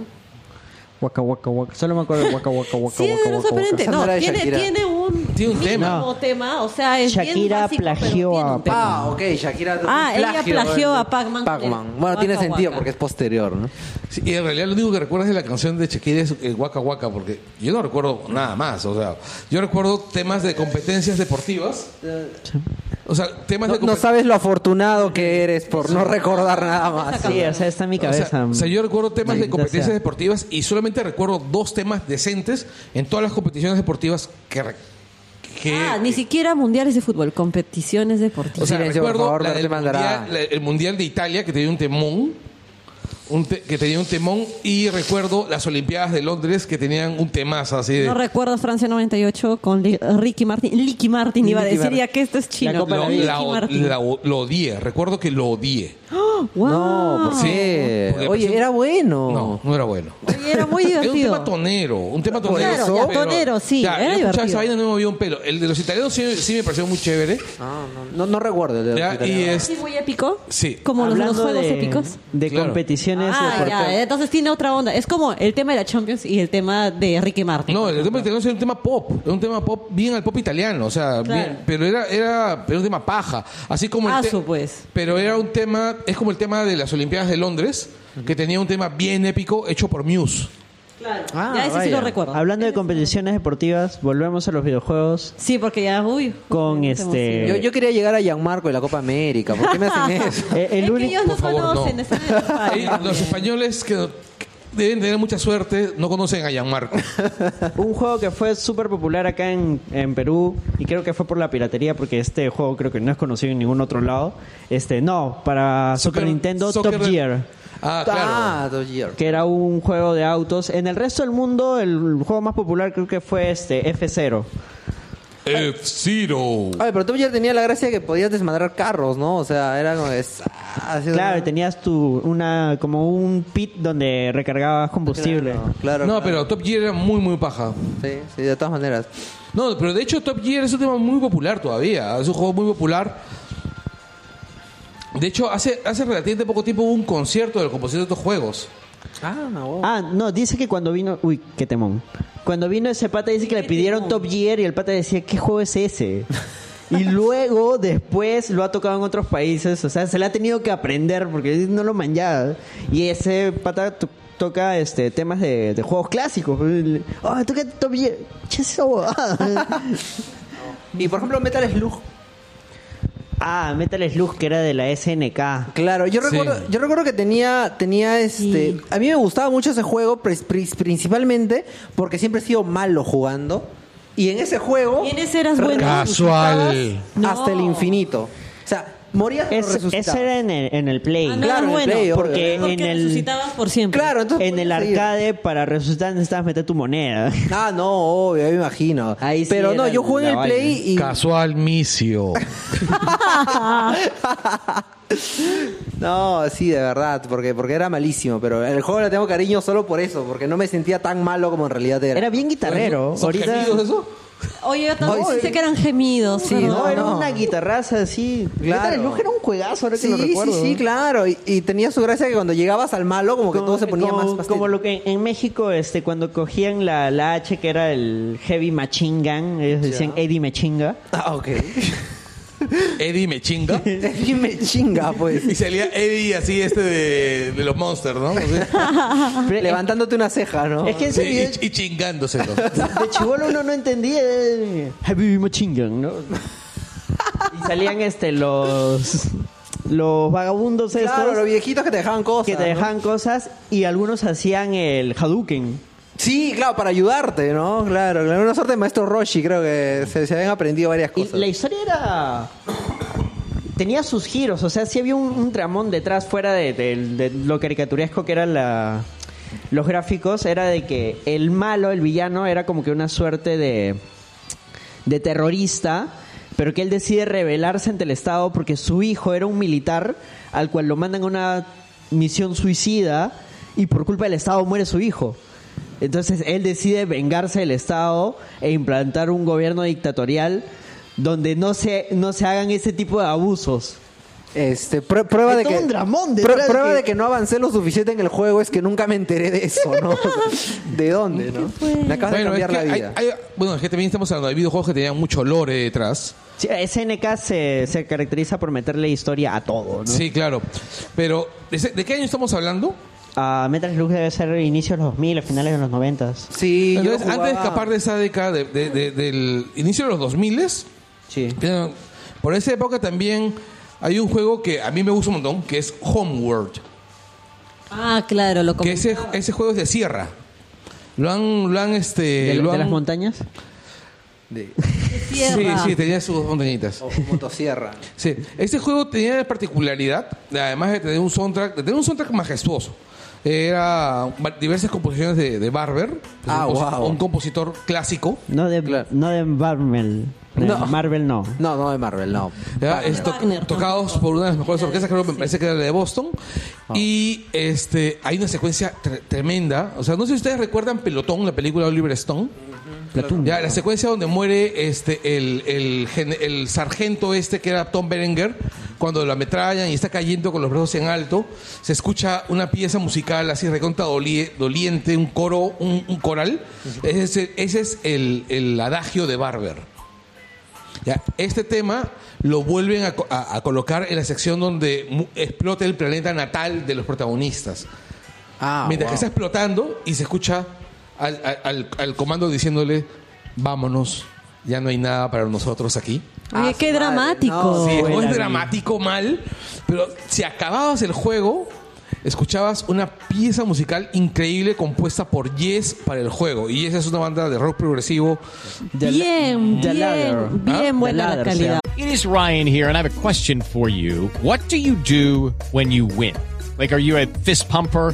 Waka waka waka. Solo me acuerdo de waka waka waka.
Sí,
waka, waka,
no
waka.
sorprendente.
Esa no
No,
era de
tiene,
Shakira.
tiene un,
Tiene un tema.
mínimo tema, o sea, es bien
Shakira
básico, pero
plagió
tiene un
a
tema.
Ah, ok, Shakira.
Ah, ella plagió a Pac-Man.
Pac-Man. Pac-Man. Bueno,
Waka
tiene sentido
Waka.
porque es posterior, ¿no?
Sí, y en realidad lo único que recuerdas de la canción de Shakira es el Waka Waka, porque yo no recuerdo nada más. O sea, yo recuerdo temas de competencias deportivas. O sea, temas
No,
Pues de
no
competencias.
sabes lo afortunado que eres por no recordar nada más.
Sí, o sea, está en mi
Ah. O
cabeza.
sea, o sea, yo recuerdo temas de
maldita
competencias
sea.
deportivas y solamente recuerdo dos temas decentes en todas las competiciones deportivas que... re- que
Ah, ni siquiera mundiales de fútbol, competiciones
O
deportivas.
sea,
Silencio, por
recuerdo
favor,
la
Bertel
del
mandará.
mundial, la- el Mundial de Italia que tenía un temón. un te- que tenía un temón y recuerdo las Olimpiadas de Londres que tenían un temazo así de...
No recuerdo Francia 98 con Li- Ricky Martin. Licky Martin iba a
Ricky
decir
Martin.
ya que esto es chino.
La Copa
lo,
de la Vida.
la-
Ricky Martin.
la- lo odié, recuerdo que lo odié.
¡Wow!
No, ¿por qué?
Porque
Oye,
parece-
era bueno.
No, no era bueno.
pues,
Oye, era Ah. muy
Era un tema
divertido.
tonero, un tema
Por
tonero.
eso.
pero-
Tonero, sí,
Ya,
era
yo escuchaba
divertido.
esa vaina y no me movió un pelo. El de los italianos sí, sí me pareció muy chévere.
Ah, no, no, no recuerdo. el de los
ya, y
italianos.
es,
¿Sí muy épico?
Sí.
Como los, de los
Hablando
juegos
de,
épicos.
de
Claro.
competiciones
Ah,
deportivas.
ya, entonces tiene otra onda. Es como el tema de la Champions y el tema de Ricky Martin.
No, el tema italiano es un tema pop, es un tema pop bien al pop italiano, o sea,
Claro.
bien- pero era, era pero un tema paja, así como el
Ah,
te-
su, pues.
pero era un tema, es como el tema de las Olimpiadas de Londres, que tenía un tema bien épico hecho por Muse.
Claro.
Ah,
ya ese sí
vaya.
lo recuerdo.
Hablando de competiciones deportivas, volvemos a los videojuegos.
Sí, porque ya, uy.
Con
justamente
este-
hemos ido.
Yo, yo quería llegar a Gianmarco de la Copa América. ¿Por qué me hacen
Ah,
eso?
Eh, el
es que
único-
ellos no
por favor, no.
conocen, están en España
Ahí
también.
los españoles que que deben tener mucha suerte no conocen a Gianmarco.
Un juego que fue súper popular acá en, en Perú y creo que fue por la piratería porque este juego creo que no es conocido en ningún otro lado. Este, no, para Super, Nintendo
Soccer-
Top Gear,
Ah, claro.
Ah, dos years.
que era un juego de autos. En el resto del mundo el juego más popular creo que fue este F0.
Eh, F-Zero.
Oye, pero tú ya tenía la gracia de que podías desmadrar carros, ¿no? O sea, era como... Es, ah, así-
Claro, y tenías tu una como un pit donde recargabas combustible.
Claro, claro.
No, pero Top Gear era muy, muy paja.
Sí, sí, de todas maneras.
No, pero de hecho Top Gear es un tema muy popular todavía. Es un juego muy popular. De hecho, hace, hace relativamente poco tiempo hubo un concierto del compositor de estos juegos.
Ah, no.
Ah, no, dice que cuando vino, uy, qué temón. Cuando vino ese pata dice que le pidieron Top Gear y el pata decía, "¿Qué juego es ese?" Y luego después lo ha tocado en otros países, o sea, se le ha tenido que aprender porque no lo manjaba. Y ese pata to- toca este temas de, de juegos clásicos. Ah, toca Top Gear. Che, esa huevada.
Y por ejemplo, Metal Slug.
ah, Metal Slug que era de la SNK.
Claro, yo
Sí.
recuerdo, yo recuerdo que tenía, tenía este, a mí me gustaba mucho ese juego pres- pris- principalmente porque siempre he sido malo jugando y en ese juego
Y en ese eras bueno.
Casual.
No.
hasta el infinito, o sea, morías pero
Es- eso
resucitabas.
era en el, en el Play.
Ah, no
Claro,
eras
en
bueno.
Play, obvio.
porque
Porque
en el
resucitabas por siempre.
Claro, entonces
en el
podías seguir.
arcade para resucitar necesitabas meter tu moneda.
Ah, no, obvio, me imagino.
Ahí sí
pero no,
era
yo jugué en
la
el Play y
Casual misio.
no, sí, de verdad, porque porque era malísimo, pero el juego le tengo cariño solo por eso, porque no me sentía tan malo como en realidad era.
Era bien guitarrero.
¿Son
Ahorita-
gemidos eso?
Oye, yo también
Oye.
pensé que eran gemidos.
Sí,
perdón.
No, era
no.
una guitarraza así.
Claro.
Metal Slug era un juegazo, ahora que
Sí,
lo recuerdo.
sí, sí, claro. Y, y tenía su gracia que cuando llegabas al malo, como que todo se ponía
como-
más pastel.
como lo que en México este cuando cogían la, la H que era el Heavy Machine Gun, ellos decían Eddie Machinga.
Ah, ok.
Eddie me chinga.
Dime chinga, pues.
Y salía Eddie así este de, de los monsters, ¿no? Así.
Levantándote una ceja, ¿no?
Es que ese
Sí,
video
y, y chingándoselo.
de chivolo uno no entendía eh, Heavy Machine Gun, ¿no? Y salían este los los vagabundos estos
Claro, los viejitos que te dejaban cosas.
que te
¿no?
dejaban cosas y algunos hacían el Hadouken.
Sí, claro, para ayudarte, ¿no? Claro, claro, una suerte de maestro Roshi, creo que se, se habían aprendido varias
Y
cosas.
la historia era. Tenía sus giros, o sea, sí había un, un tramón detrás, fuera de, de- de lo caricaturesco que eran la- los gráficos, era de que el malo, el villano, era como que una suerte de, de terrorista, pero que él decide rebelarse ante el Estado porque su hijo era un militar al cual lo mandan a una misión suicida y por culpa del Estado muere su hijo. Entonces él decide vengarse del Estado e implantar un gobierno dictatorial donde no se, no se hagan ese tipo de abusos.
Este, prue- prueba
Hay
de
todo
que.
un dramón
prue-
detrás de
prueba
que-
de que no avancé lo suficiente en el juego es que nunca me enteré de eso, ¿no? ¿De dónde, no? Me acabas de
es
cambiar
que
la
hay-
vida.
hay- bueno, es que también estamos hablando de videojuegos que tenían mucho lore detrás.
Sí, SNK se, se caracteriza por meterle historia a todo, ¿no?
Sí, claro. Pero, ¿de ese- ¿de qué año estamos hablando?
Ah, Metal Slug debe ser inicios de los 2000, finales de los 90.
Sí, yo
Entonces, antes de
jugaba-
escapar de esa década de- de- de- del inicio de los 2000,
Sí.
eh, por esa época también hay un juego que a mí me gusta un montón, que es Homeworld.
Ah, claro, lo
Que ese,
comentaba.
ese juego es de sierra. Lo han, lo han, este...
¿De,
lo
de
han-
las montañas?
de-
Sí,
Sierra.
sí, tenía sus montañitas.
o motosierra.
Sí, este juego tenía la particularidad, de, además de tener un soundtrack, de tener un soundtrack majestuoso. Era va- diversas composiciones de, de Barber, que es
Ah,
un, composi-
wow.
un compositor clásico.
No de,
Claro.
no de Barmel. De
No.
Marvel no.
No, no de Marvel, no.
Ya, es to-
Wagner, ¿no?
tocados por una de las mejores
Ya,
orquestas, creo que me
sí.
parece que era la de Boston.
Ah.
Y este hay una secuencia tre- tremenda. O sea, no sé si ustedes recuerdan Pelotón, la película de Oliver Stone.
Platoon.
Ya, la secuencia donde muere este el, el, gen- el sargento este que era Tom Berenger, cuando lo ametrallan y está cayendo con los brazos en alto, se escucha una pieza musical así recontra dolie- doliente, un coro, un, un coral. Ese, es el- ese es el, el adagio de Barber. Ya, este tema lo vuelven a, co- a- a colocar en la sección donde mu- explota el planeta natal de los protagonistas.
Ah,
Mientras
wow.
que está explotando y se escucha al, al- al- al comando diciéndole, vámonos, ya no hay nada para nosotros aquí.
Oye, qué
su madre,
dramático.
no.
Sí,
Oh,
es
la
dramático mal, pero si acababas el juego, escuchabas una pieza musical increíble compuesta por Yes para el juego. Y Yes es una banda de rock progresivo.
Bien,
The Ladder.
bien, bien
¿Ah? The
buena la
Ladder,
calidad.
It is Ryan here, and I have a question for you. What do you do when you win? Like, are you a fist pumper?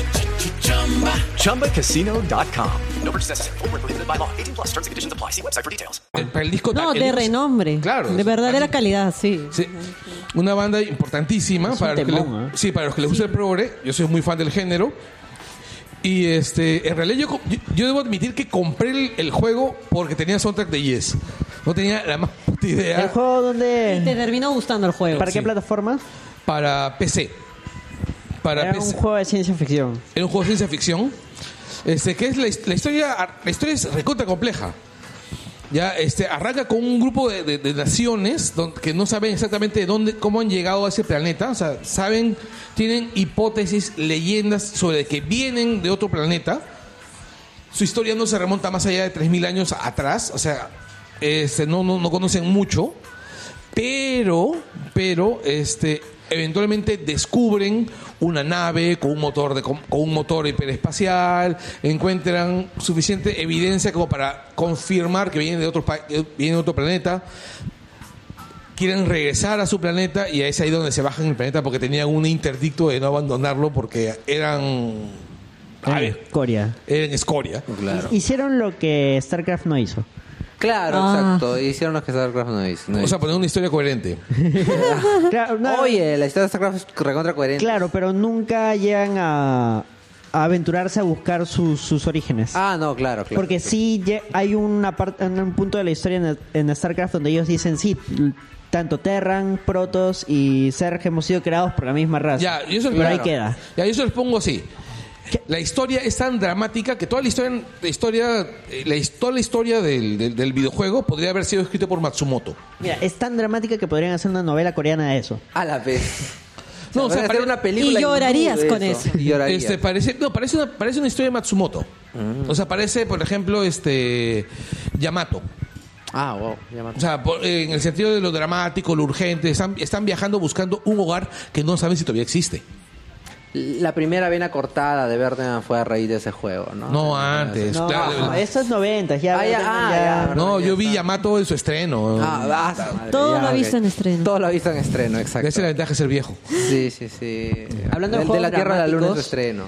ChumbaCasino.com. No purchase necessary. Void where prohibited by law. 18 plus terms and conditions apply. See website for details.
eh, Para el disco
No,
el
de
disco-
renombre.
Claro.
De verdadera calidad, sí.
Sí. Una banda importantísima
Es
para
un
los, que le-
temón, ¿eh?
sí, para los que les gusta el progre. Yo soy muy fan del género. Y este, en realidad yo, co- yo, yo debo admitir que compré el, el juego porque tenía soundtrack de Yes. No tenía la más puta idea
¿El juego
Te
dónde?
terminó gustando el juego.
¿Para qué plataforma?
para PC. Para
Era un
PC.
juego de ciencia ficción.
Era un juego de ciencia ficción. Este, que es la, his- la historia. La historia es recontra compleja. Ya, este, arranca con un grupo de, de- de naciones don- que no saben exactamente de dónde, cómo han llegado a ese planeta. O sea, saben, tienen hipótesis, leyendas sobre que vienen de otro planeta. Su historia no se remonta más allá de 3.000 años atrás. O sea, este, no, no, no conocen mucho. Pero, pero, este, eventualmente descubren una nave con un motor de, con un motor hiperespacial, encuentran suficiente evidencia como para confirmar que vienen de otro pa- eh, vienen de otro planeta. Quieren regresar a su planeta y es ahí donde se bajan el planeta porque tenían un interdicto de no abandonarlo porque eran aves,
Corea.
eran escoria.
Hicieron lo que StarCraft no hizo.
Claro,
Ah.
exacto. Hicieron los que StarCraft no hizo.
O
no
sea,
hizo.
poner una historia coherente.
Claro, no-
Oye, la historia de StarCraft es recontra coherente.
Claro, pero nunca llegan a, a aventurarse a buscar sus, sus orígenes.
Ah, no, claro, claro.
Porque sí lle- hay una parte, en un punto de la historia en, el- en StarCraft donde ellos dicen sí, l- tanto Terran, Protoss y Serg hemos sido creados por la misma raza.
Ya, y eso es
pero ahí
claro.
queda.
Ya, yo se los pongo así. La historia es tan dramática que toda la historia, la historia, eh, la, his- toda la historia del, del- del videojuego podría haber sido escrito por Matsumoto.
Mira, es tan dramática que podrían hacer una novela coreana de eso.
A la vez.
No, o sea,
hacer
pare-
una película.
Y llorarías
YouTube de
con eso.
Y llorarías.
Este, parece, no, parece una, parece una historia de Matsumoto.
Mm.
O sea, parece, por ejemplo, este Yamato.
Ah, wow. ya mató.
O sea, por- eh, en el sentido de lo dramático, lo urgente, están, están viajando buscando un hogar que no saben si todavía existe.
La primera vena cortada de Birdman fue a raíz de ese juego, ¿no?
No antes,
No,
claro.
no, esos noventas, ya.
Ah, ya,
Batman,
ah, ya,
ya.
no,
No,
ya
yo vi
está.
Yamato en su estreno.
Ah, ah, su madre,
Todo
ya,
lo ha
ok.
visto en estreno.
Todo lo ha visto en estreno,
Esa
exacto.
es la ventaja de ser viejo.
Sí, sí, sí.
Hablando de
de la
juegos
Tierra a la Luna es su
dramáticos.
estreno.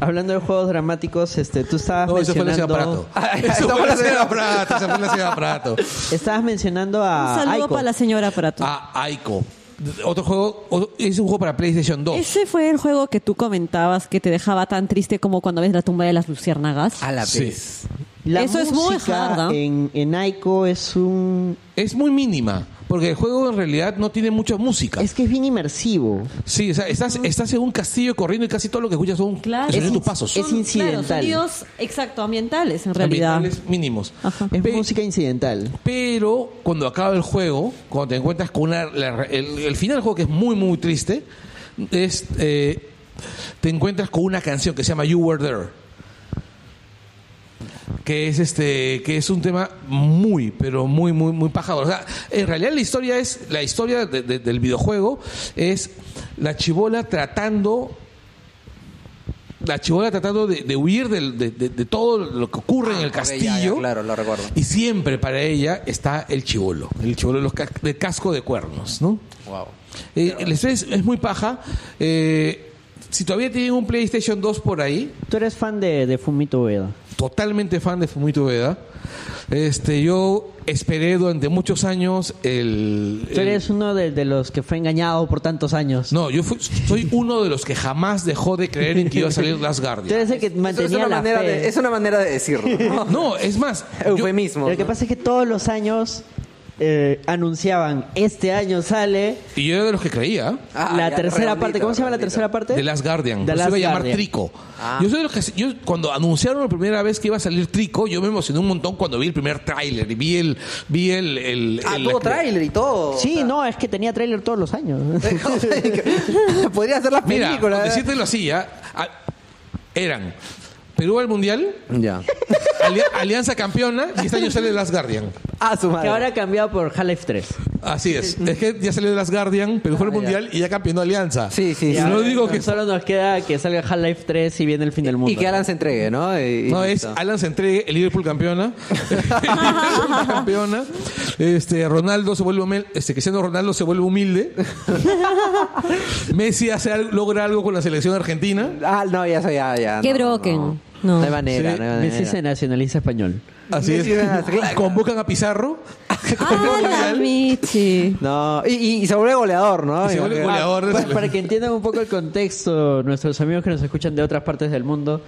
Hablando de juegos dramáticos, este, tú estabas
No, eso fue la ciudad
mencionando...
Prato.
Ah,
Eso
estamos
fue la
en la
ciudad
ciudad.
Prato. Eso fue la ciudad Prato.
Estabas mencionando a
Un saludo
Ah, Aiko.
para la señora Prato.
Ah, Aiko. Otro juego, otro- es un juego para PlayStation 2.
Ese fue el juego que tú comentabas que te dejaba tan triste como cuando ves la tumba de las luciérnagas.
A la vez.
Sí.
La
Eso es muy
música
hard, ¿ah?
en, en Aiko es un...
Es muy mínima. Porque el juego en realidad no tiene mucha música.
Es que es bien inmersivo.
Sí, o sea, estás, estás en un castillo corriendo y casi todo lo que escuchas son,
Claro.
son
Es
tus
in-
pasos.
es incidental.
Claro, sonidos, exacto, ambientales en realidad.
Ambientales mínimos.
Es música incidental.
Pero cuando acaba el juego, cuando te encuentras con una, la- el, el final del juego que es muy, muy triste, es, eh, te encuentras con una canción que se llama You Were There. Que es este, que es un tema muy, pero muy, muy, muy pajador. O sea, en realidad la historia es, la historia de- de- del videojuego es la chibola tratando la chibola tratando de, de huir del- de, de- de todo lo que ocurre en el
Ok, ya,
castillo.
Ah, ya, claro, lo recuerdo.
Y siempre para ella está el chivolo, el chivolo de los ca- de casco de cuernos, ¿no?
Wow.
Eh, el estrés es muy paja. Eh, si todavía tienen un PlayStation 2 por ahí,
Tú eres fan de, de Fumito Ueda.
totalmente fan de Fumito Ueda. Este, yo esperé durante muchos años el...
Tú
el-
eres uno de, de los que fue engañado por tantos años.
no, yo fui- soy uno de los que jamás dejó de creer en que iba a salir Last
Tú
Guardian.
eres el que
Es, es
mantenía
una
la
manera
fe.
de, es una manera de decirlo. ¿no?
No, es más, yo-
Eufemismo. Ah,
Lo que pasa es que todos los años eh, anunciaban, este año sale
y yo era de los que creía.
Ah,
la
ya,
tercera
redondito,
parte. ¿Cómo se llama la
redondito.
tercera parte?
De Last Guardian. Pues
The
se
Last
iba a llamar
Guardian.
Trico. Yo, soy de los que, yo cuando anunciaron la primera vez que iba a salir Trico, yo me emocioné un montón cuando vi el primer tráiler y vi el... Vi el, el-
Ah,
el-
tuvo
la-
tráiler y todo.
Sí, no, es que tenía tráiler todos los años.
Podría hacer ¿eh? las
Mira, por
películas.
decirte lo así, ¿ah? Ah, eran Perú al Mundial,
Ya.
Ali- Alianza Campeona y este año sale Last Guardian.
Ah, su
que
madre.
ahora ha cambiado por Half-Life 3.
Así es. Es que ya salió Last Guardian, Perú fue al Mundial y ya campeonó Alianza.
Ah, Sí, sí,
Y
sí.
no digo que...
Solo nos queda que salga Half-Life 3 y viene el fin del mundo.
Y que Alan se entregue, ¿no? Y- y
No, es
listo.
Alan se entregue, el Liverpool campeona. Liverpool campeona. Este, Ronaldo se vuelve humilde. Este, Cristiano Ronaldo se vuelve humilde. Messi hace algo- logra algo con la selección argentina.
Ah, no, ya soy, ya, ya.
Qué
no,
broken.
No,
No.
no hay manera,
Sí,
no hay manera.
Messi se nacionaliza español.
Así
Messi
es.
hace- claro.
Convocan a Pizarro.
¡Ah, la Michi!
No, y, y- y se vuelve goleador, ¿no?
Y se vuelve goleador. de
Pa-
selección.
Pues, para que entiendan un poco el contexto, nuestros amigos que nos escuchan de otras partes del mundo,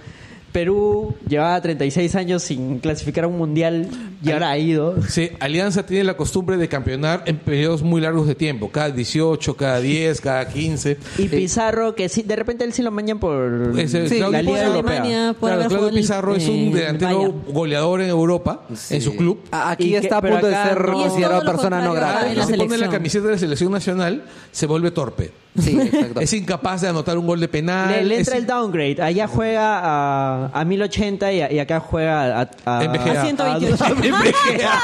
Perú llevaba 36 años sin clasificar a un mundial y ahora ha ido.
Sí, Alianza tiene la costumbre de campeonar en periodos muy largos de tiempo. Cada 18, cada 10, cada 15.
Y Pizarro, que sí, de repente él sí lo mañan por
Es el
sí,
Claudio
la Liga
Pizarro.
Europea.
Alemania. puede
Claro,
haber
Claudio
jugado en el-
Pizarro es
en
un
el
delantero
Bayern.
goleador en Europa, en su club.
Ah,
Y
Aquí
que-
está a
pero
punto de
acá
ser
no.
Y
considerado
es todo lo
persona no
contrario,
grata.
en la
se pone la
selección.
camiseta de la selección nacional, se vuelve torpe.
Sí, exacto.
Es incapaz de anotar un gol de penal.
Le, le entra
Ah, es- Ah.
el downgrade. Allá juega a, a 1080 y, a- y acá juega a, a-
En VGA.
A 128.
En BGA.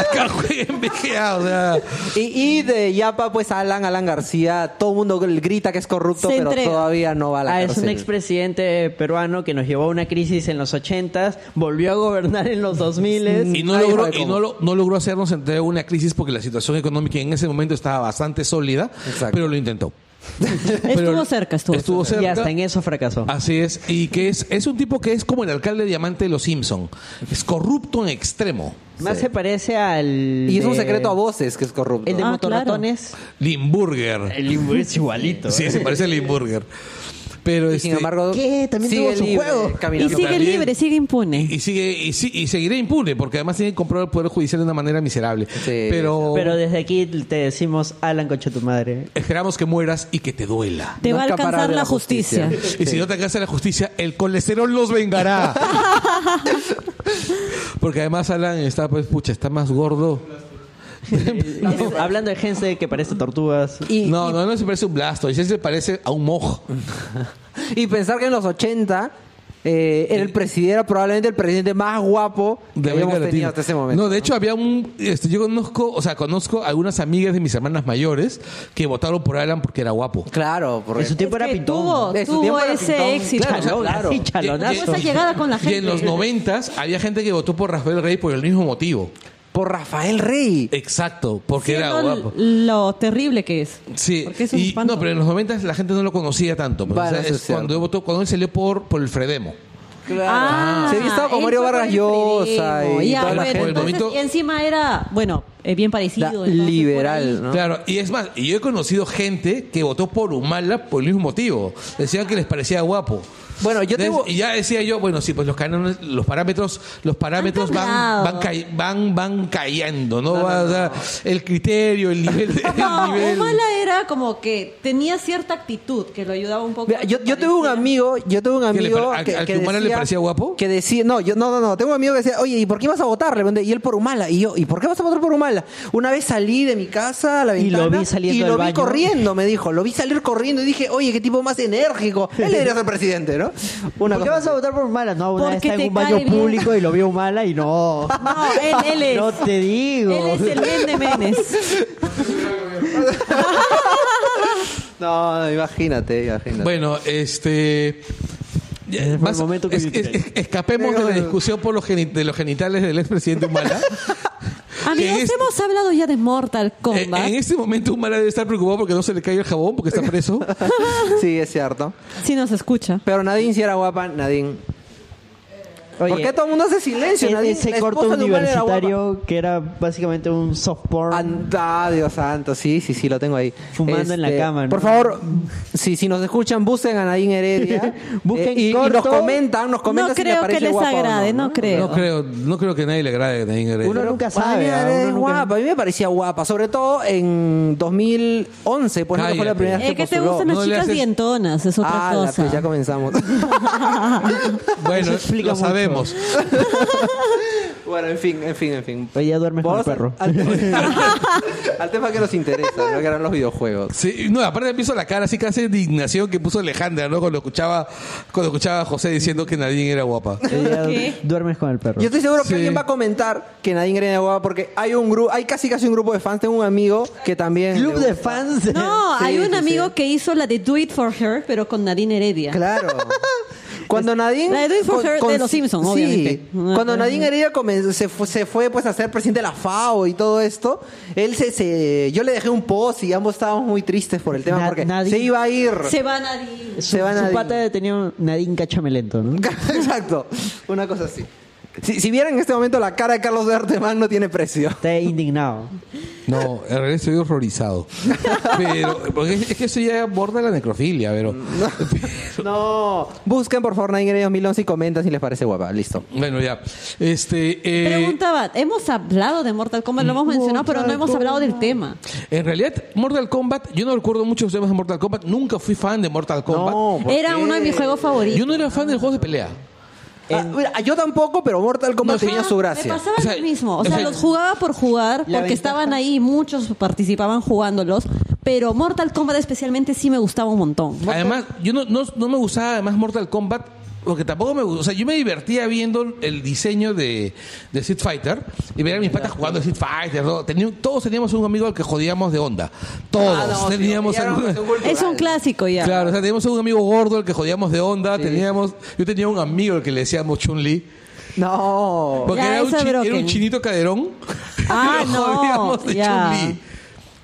Acá juega en BGA, o sea.
Y, y de Yapa, pues Alan, Alan García, todo el mundo grita que es corrupto,
Se
pero
entrega.
todavía no va a la
Ah, es
cárcel.
un expresidente peruano que nos llevó a una crisis en los 80s, volvió a gobernar en los 2000s.
Y, no
Nadie
logró,
sabe
y
cómo.
no, lo- no logró hacernos entrar en una crisis porque la situación económica en ese momento estaba bastante sólida,
Exacto.
pero lo intentó.
Estuvo cerca, estuvo
Estuvo cerca. Ah,
Y hasta en eso fracasó.
Así es, y que es, es un tipo que es como el alcalde diamante de los Simpson. Es corrupto en extremo.
Más se parece al.
Y es un
de-
secreto a voces que es corrupto.
El de
Ah,
motorratones.
Limburger.
El Limbo es igualito.
Sí, se parece a Limburger. Pero
Y sin
este,
embargo,
¿Qué? También
sigue
tuvo su
libre,
juego.
Y
caminando.
sigue
también.
libre, sigue impune.
Y sigue y, si- y seguirá impune porque además tiene que controlar el poder judicial de una manera miserable.
Sí.
Pero,
Pero desde aquí te decimos, Alan, concha tu madre.
esperamos que mueras y que te duela.
Te
No
va a
escapará
alcanzar
de la
la justicia.
justicia.
Y si no te alcanza la justicia, el colesterol los vengará. porque además Alan está pues pucha, está más gordo.
Hablando de gente que parece tortugas.
Y,
no, no, no se parece a un blasto, ese se parece a un moj.
y pensar que en los 80 eh, era el presidente, era probablemente el presidente más guapo que
De
habíamos
América
tenido
Latina.
hasta ese momento.
No, de hecho había un este, yo conozco, o sea, conozco algunas amigas de mis hermanas mayores que votaron por Alan porque era guapo.
Claro, porque...
En su tiempo era
Es que
pintón.
tuvo-
En su tiempo era
ese
pintón.
éxito.
Claro,
Chalón,
o sea, claro.
así,
Y- y-
chalonazo.
Esa llegada con la
Y
gente.
en los noventas había gente que votó por Rafael Rey por el mismo motivo.
Por Rafael Rey.
Exacto, porque era
Siendo
guapo.
Lo terrible que es.
Sí,
Porque es un
y,
espanto.
no, pero en los noventas la gente no lo conocía tanto. pues,
Vale,
o sea,
eso
es
es
cuando,
cierto.
votó, cuando él salió por, por el Fredemo.
Claro.
Ah,
Se había estado con Mario
fue
Vargas
el
Llosa
primo.
y
Ya,
toda la
bueno,
gente.
entonces, y encima era, bueno, eh, bien parecido. entonces, por ahí.
Claro, y es más, y yo he conocido gente que votó por Humala por el mismo motivo. Decían que les parecía guapo.
Bueno, yo
tengo... Y ya decía yo, bueno, sí, pues los cánones, los parámetros, los parámetros van,
cambiado.
van, cay- van, van cayendo, ¿no? Va- o sea, El criterio, el nivel. el
No,
nivel.
Humala era como que tenía cierta actitud que lo ayudaba un poco.
Mira, yo, yo tuve un amigo, yo tuve un
¿Qué le
amigo
pare- a-
que,
a
que
tu humana le
decía-
parecía guapo?
Que decía, no, yo no, no, no, tengo un amigo que decía, oye, ¿y por qué vas a votar? Le pregunté, y él por Humala, y yo, ¿y por qué vas a votar por Humala? Una vez salí de mi casa a la
Y lo
ventana
vi saliendo
y lo
del
vi
baño.
corriendo, me dijo, lo vi salir corriendo y dije, oye, qué tipo más enérgico. Él debería ser presidente, ¿no? Una
¿Por qué
cosa
vas a votar por Humala? No, una vez
Porque
está
te
en un baño
cae bien.
público y lo vio Humala y no.
No, él, él es.
No te digo.
Él es el bien de Menes.
No, no, imagínate, imagínate.
Bueno, este. ya,
Ese fue el
vas-
momento que
es-
yo
es-
tiré.
escapemos de la discusión por los geni- de los genitales del expresidente Humala.
Amigos,
Que es-
hemos hablado ya de Mortal
Eh,
Kombat.
en este momento Humala debe estar preocupado porque no se le cae el jabón porque está preso.
Sí, es cierto.
Si nos escucha.
Pero Nadine sí era guapa, Nadine. ¿Por
Oye, eh,
qué todo el mundo hace silencio? Nadine,
ese
la
corto
esposa de Humala era guapa.
universitario que era básicamente un soft porn.
Anda, Dios santo, sí, sí, sí, lo tengo ahí. Este,
Fumando en la cama, ¿no?
Por favor, si, si nos escuchan, busquen a Nadine Heredia.
Busquen
Eh, y, y
corto.
nos comentan, nos comentan
No
si
creo
parece
que les
guapa o no,
agrade, no, creo.
No creo, no creo que nadie le agrade a Nadine Heredia.
Uno nunca sabe.
Nadine
¿ah?
Heredia
Uno
es
nunca-
guapa, a mí me parecía guapa, sobre todo en 2011, pues no fue la
Cállate.
Eh,
primera vez
Es
que
Eh, que te
postuló.
gustan
No
las
le
chicas
haces-
dientonas, es otra
Ah, la,
cosa.
pues ya comenzamos.
Bueno,
Eso explica
lo
mucho.
sabemos.
bueno, en fin, en fin, en fin.
Oye, ya duermes con el
Vamos
perro.
Al, al- al tema que nos interesa, ¿no? que eran los videojuegos.
Sí, no, aparte me hizo la cara así casi de indignación que puso Alejandra, ¿no? Cuando escuchaba, cuando escuchaba a José diciendo que Nadine era guapa.
Oye, ya
¿Qué?
duermes con el perro.
Yo estoy seguro
Sí.
que alguien va a comentar que Nadine Green es guapa porque hay un grupo, hay casi casi un grupo de fans. Tengo un amigo que también.
Club
le
de
gusta.
fans.
No,
Sí,
hay un
sí,
amigo
sí.
que hizo la de Do It For Her, pero con Nadine Heredia.
Claro. Cuando Nadine.
La de Do It For Her de los Simpsons,
sí.
obviamente.
Cuando Nadine Heredia comenzó- se, fu- se fue pues a ser presidente de la FAO y todo esto, él se, se- yo le dejé un post y ambos estábamos muy tristes por el tema
Na-
porque
Nadine-
se iba a ir.
Se va Nadine.
Su,
se van a-
su pata tenía un Nadine Cachamelento, ¿no?
Exacto. Una cosa así. Si, si vieran en este momento la cara de Carlos de Artemán no tiene precio.
Está indignado.
No, en realidad estoy horrorizado. Pero, porque es, es que eso ya aborda la necrofilia, pero.
No. Busquen por favor Nadine Heredia 2011 y comentan si les parece guapa. Listo.
Bueno, ya. Este. eh,
Preguntaba, hemos hablado de Mortal Kombat, lo hemos mencionado, pero no hemos hablado del tema.
En realidad, Mortal Kombat, yo no recuerdo muchos temas de Mortal Kombat. Nunca fui fan de Mortal Kombat.
Era uno de mis juegos favoritos.
Yo no era fan del juego de pelea.
Ah, mira, yo tampoco, pero Mortal Kombat
No,
tenía
Ah,
su gracia.
Me pasaba
O sea,
lo mismo. O
o
sea,
sea,
los jugaba por jugar, porque
la ventaja-
estaban ahí y muchos participaban jugándolos. Pero Mortal Kombat especialmente sí me gustaba un montón.
Además, yo no, no, no me gustaba además Mortal Kombat porque tampoco me gustaba. O sea, yo me divertía viendo el diseño de, de Street Fighter y ver a mis patas jugando a Street Fighter. ¿no? Tenía- todos teníamos un amigo al que jodíamos de onda. Todos.
Ah, no, sí,
teníamos
ya era una
algún-
cuestión cultural.
Es un clásico ya.
Claro, o sea, teníamos un amigo gordo al que jodíamos de onda. Teníamos, yo tenía un amigo al que le decíamos Chun-Li.
No.
Porque
Ya,
era, un
eso es
chi- era
broken.
un chinito caderón.
Ah,
Lo
no,
jodíamos de
ya.
Chun-Li.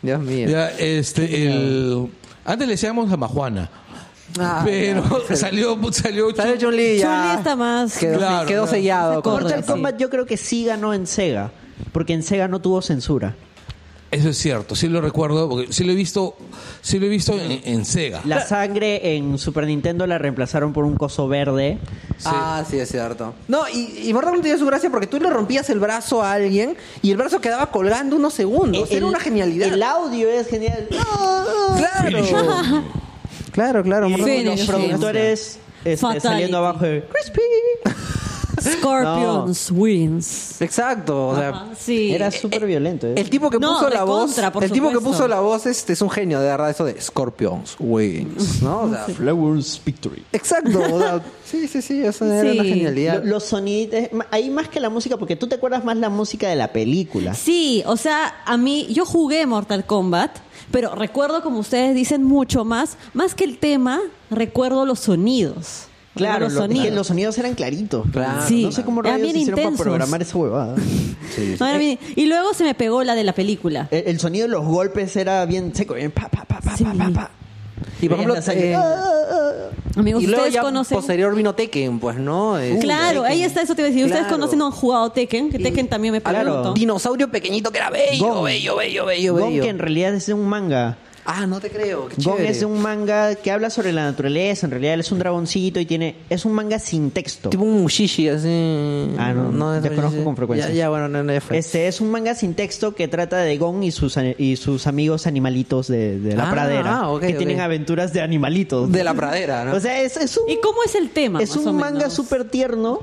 Dios mío.
Ya, este, el... Antes le decíamos a Majuana.
Ah,
pero salió, salió,
Sale Chun-Li ya.
Chun-Li está más-
Quedó,
Claro,
quedó
claro.
sellado.
Se corta.
con-
Mortal
sí.
Kombat yo creo que sí ganó en Sega. Porque en Sega no tuvo censura.
Eso es cierto, sí lo recuerdo, porque sí lo he visto, sí lo he visto en, en Sega.
La sangre en Super Nintendo la reemplazaron por un coso verde.
Ah, sí, es cierto. No, y, y Mortal Kombat tenía su gracia porque tú le rompías el brazo a alguien y el brazo quedaba colgando unos segundos. Era una genialidad.
El audio es genial.
Claro. claro, claro. Mortal Kombat
Finish
Los
produjo-
him.
productores este,
Fatality.
saliendo abajo de Crispy.
Scorpions wins.
Exacto. O sea,
Ajá, sí.
Ah, Era súper violento. ¿eh?
El tipo que
No,
puso la voz,
recontra, por
el tipo que
supuesto.
puso la voz este es un genio de verdad eso de Scorpions Wings, ¿no? O sea,
Flowers Victory.
exacto, o sea, sí, sí, sí, eso era
Sí.
una
Lo-
genialidad.
los sonidos. Ahí más que la música, porque tú te acuerdas más la música de la película.
Sí, o sea, a mí, yo jugué Mortal Kombat, pero recuerdo, como ustedes dicen, mucho más, más que el tema, recuerdo los sonidos.
Claro,
Recuerdo
lo- es que los sonidos eran claritos.
Claro.
Sí.
No sé cómo
Eran
rayos
bien
hicieron
intensos.
para programar esa huevada.
No, era bien-
Eh,
Y luego se me pegó la de la película.
El, el sonido de los golpes era bien seco. bien pa, pa, pa, pa,
Sí.
pa, pa, pa.
Y por ejemplo, eh,
Ah,
Amigos,
y luego
ustedes
ya
conocen.
posterior vino Tekken, pues, ¿no? Es-
Claro, ahí está eso te iba a decir. Ustedes
Claro.
conocen o han jugado Tekken, que Tekken también me pregunto.
Dinosaurio pequeñito que era bello,
Gon.
bello, bello, bello,
Gon,
bello.
que en realidad es un manga.
Ah, no te creo. Qué
Gon
chévere.
es un manga que habla sobre la naturaleza. En realidad él es un dragoncito y tiene. Es un manga sin texto.
Tipo un mushishi, así.
Ah, no,
no,
ya
no,
conozco
sí.
con frecuencia.
Ya, ya, bueno, no, no, ya fue.
Este es un manga sin texto que trata de Gon y sus ani- y sus amigos animalitos de, de la
Ah,
pradera
ah, ok,
que
ok.
tienen aventuras de animalitos
De la pradera, ¿no?
O sea, es, es un
¿Y cómo es el tema?
es
más o
un
menos?
manga súper tierno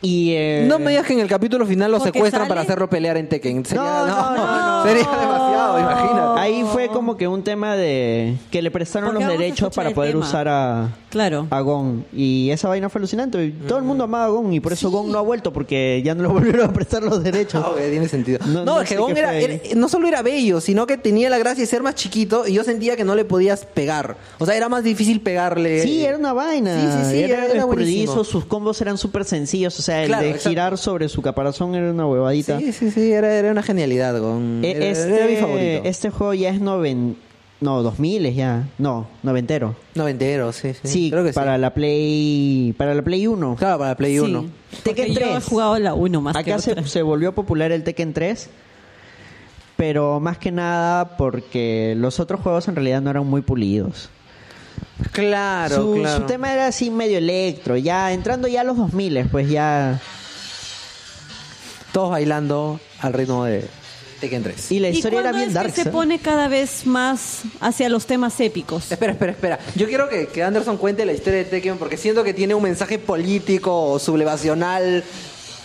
y eh,
no me digas que en el capítulo final lo
Porque
secuestran para
sale-
hacerlo pelear en Tekken. Sería,
No, no, no, no.
Sería demasiado, imagínate.
Ahí fue como que un tema de que le prestaron
Porque
los
vamos a
derechos
escuchar
para
el
poder
tema.
usar a
Claro.
a Gon. Y esa vaina fue alucinante. Todo el
Mm.
mundo amaba a Gon y por eso Gon no ha vuelto porque ya no le volvieron a prestar los derechos.
Ah, ok, tiene sentido.
No,
No,
no
es que
sé
Gon
qué
era,
fue
era-
ahí.
no solo era bello, sino que tenía la gracia de ser más chiquito y yo sentía que no le podías pegar. O sea, era más difícil pegarle.
Sí, era una vaina.
Sí, sí, sí,
era,
era- era
escurridizo,
buenísimo.
sus combos eran súper sencillos. O sea, el
Claro,
de
exacto.
girar sobre su caparazón era una huevadita.
Sí, sí, sí, era, era una genialidad, Gon.
E-
Era,
este,
era mi favorito.
este juego ya es noven... No, 2000 ya. No, noventero.
Noventero, sí, sí.
Sí,
creo que
para
sí.
la Play... Para la Play 1.
Claro, para la Play
Sí,
1.
porque
Tekken
yo he
3.
jugado la 1 más que
Acá se,
otra.
se volvió popular el Tekken 3. Pero más que nada porque los otros juegos en realidad no eran muy pulidos.
Claro,
su,
claro.
su tema era así medio electro. Ya entrando ya a los 2000, pues ya...
Todos bailando al ritmo de Tekken 3.
Y la
¿Y
historia era
cuándo
bien
es
dark.
que se pone cada vez más hacia los temas épicos?
Espera, espera, espera. Yo quiero que, que Anderson cuente la historia de Tekken porque siento que tiene un mensaje político o sublevacional.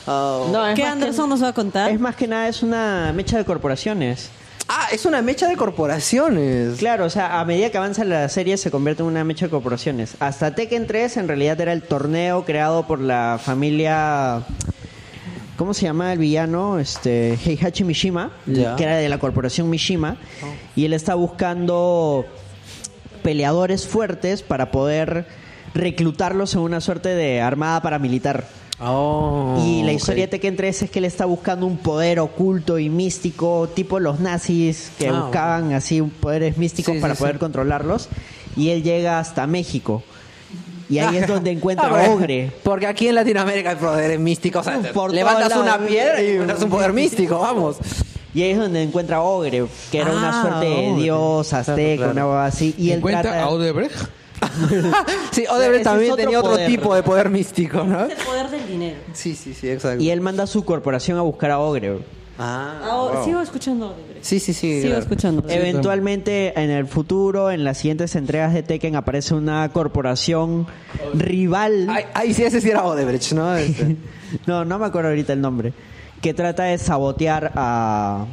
ah, o-
¿Qué Anderson nos va a contar?
Es más que nada es una mecha de corporaciones.
Ah, es una mecha de corporaciones.
Claro, o sea, a medida que avanza la serie se convierte en una mecha de corporaciones. Hasta Tekken 3 en realidad era el torneo creado por la familia... ¿Cómo se llama el villano? Este, Heihachi Mishima,
Ya.
que era de la corporación Mishima. Y él está buscando peleadores fuertes para poder reclutarlos en una suerte de armada paramilitar. Y la historia de Tekken 3 es que él está buscando un poder oculto y místico, tipo los nazis que
Ah,
buscaban así poderes místicos
Sí,
para
sí,
poder
sí.
controlarlos. Y él llega hasta México. Y ahí es donde encuentra
Ah, bueno.
Ogre.
Porque aquí en Latinoamérica hay poderes místicos. O sea, te-
Por
levantas
todos
una
lados.
piedra y encuentras un poder místico, vamos.
Y ahí es donde encuentra Ogre, que era una
Ah,
suerte de
Ogre.
dios
Claro,
azteca,
claro.
una huevada así. Y él
¿Encuentra
trata...
a Odebrecht?
sí,
Ese es
Odebrecht también
otro
tenía otro
poder.
tipo de poder místico, ¿no?
el poder del dinero.
Sí, sí, sí, exacto.
Y él manda a su corporación a buscar a Ogre.
Ah,
Ah,
wow.
Sigo escuchando a Odebrecht.
Sí, sí, sí.
Sigo
claro.
escuchando.
Eventualmente, en el futuro, en las siguientes entregas de Tekken, aparece una corporación rival.
Ay, ay, sí, ese sí era Odebrecht, ¿no? Este.
No, no me acuerdo ahorita el nombre. Que trata de sabotear a,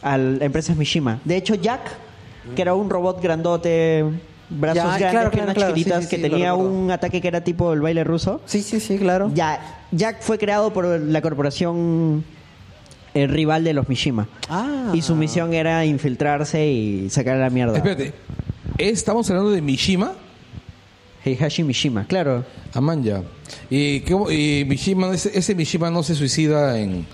a la empresa Mishima. De hecho, Jack, que era un robot grandote, brazos
Ya,
grandes,
claro,
piernas
claro, claro.
chiquititas,
Sí, sí, sí,
que
lo
tenía
recuerdo.
un ataque que era tipo el baile ruso.
Sí, sí, sí, claro.
Ya, Jack fue creado por la corporación eh, rival de los Mishima.
Ah.
Y su misión era infiltrarse y sacar a la mierda.
Espérate. Estamos hablando de Mishima.
Heihachi Mishima, claro.
Amanya. Y, qué bo- y Mishima, ese, ese Mishima no se suicida en,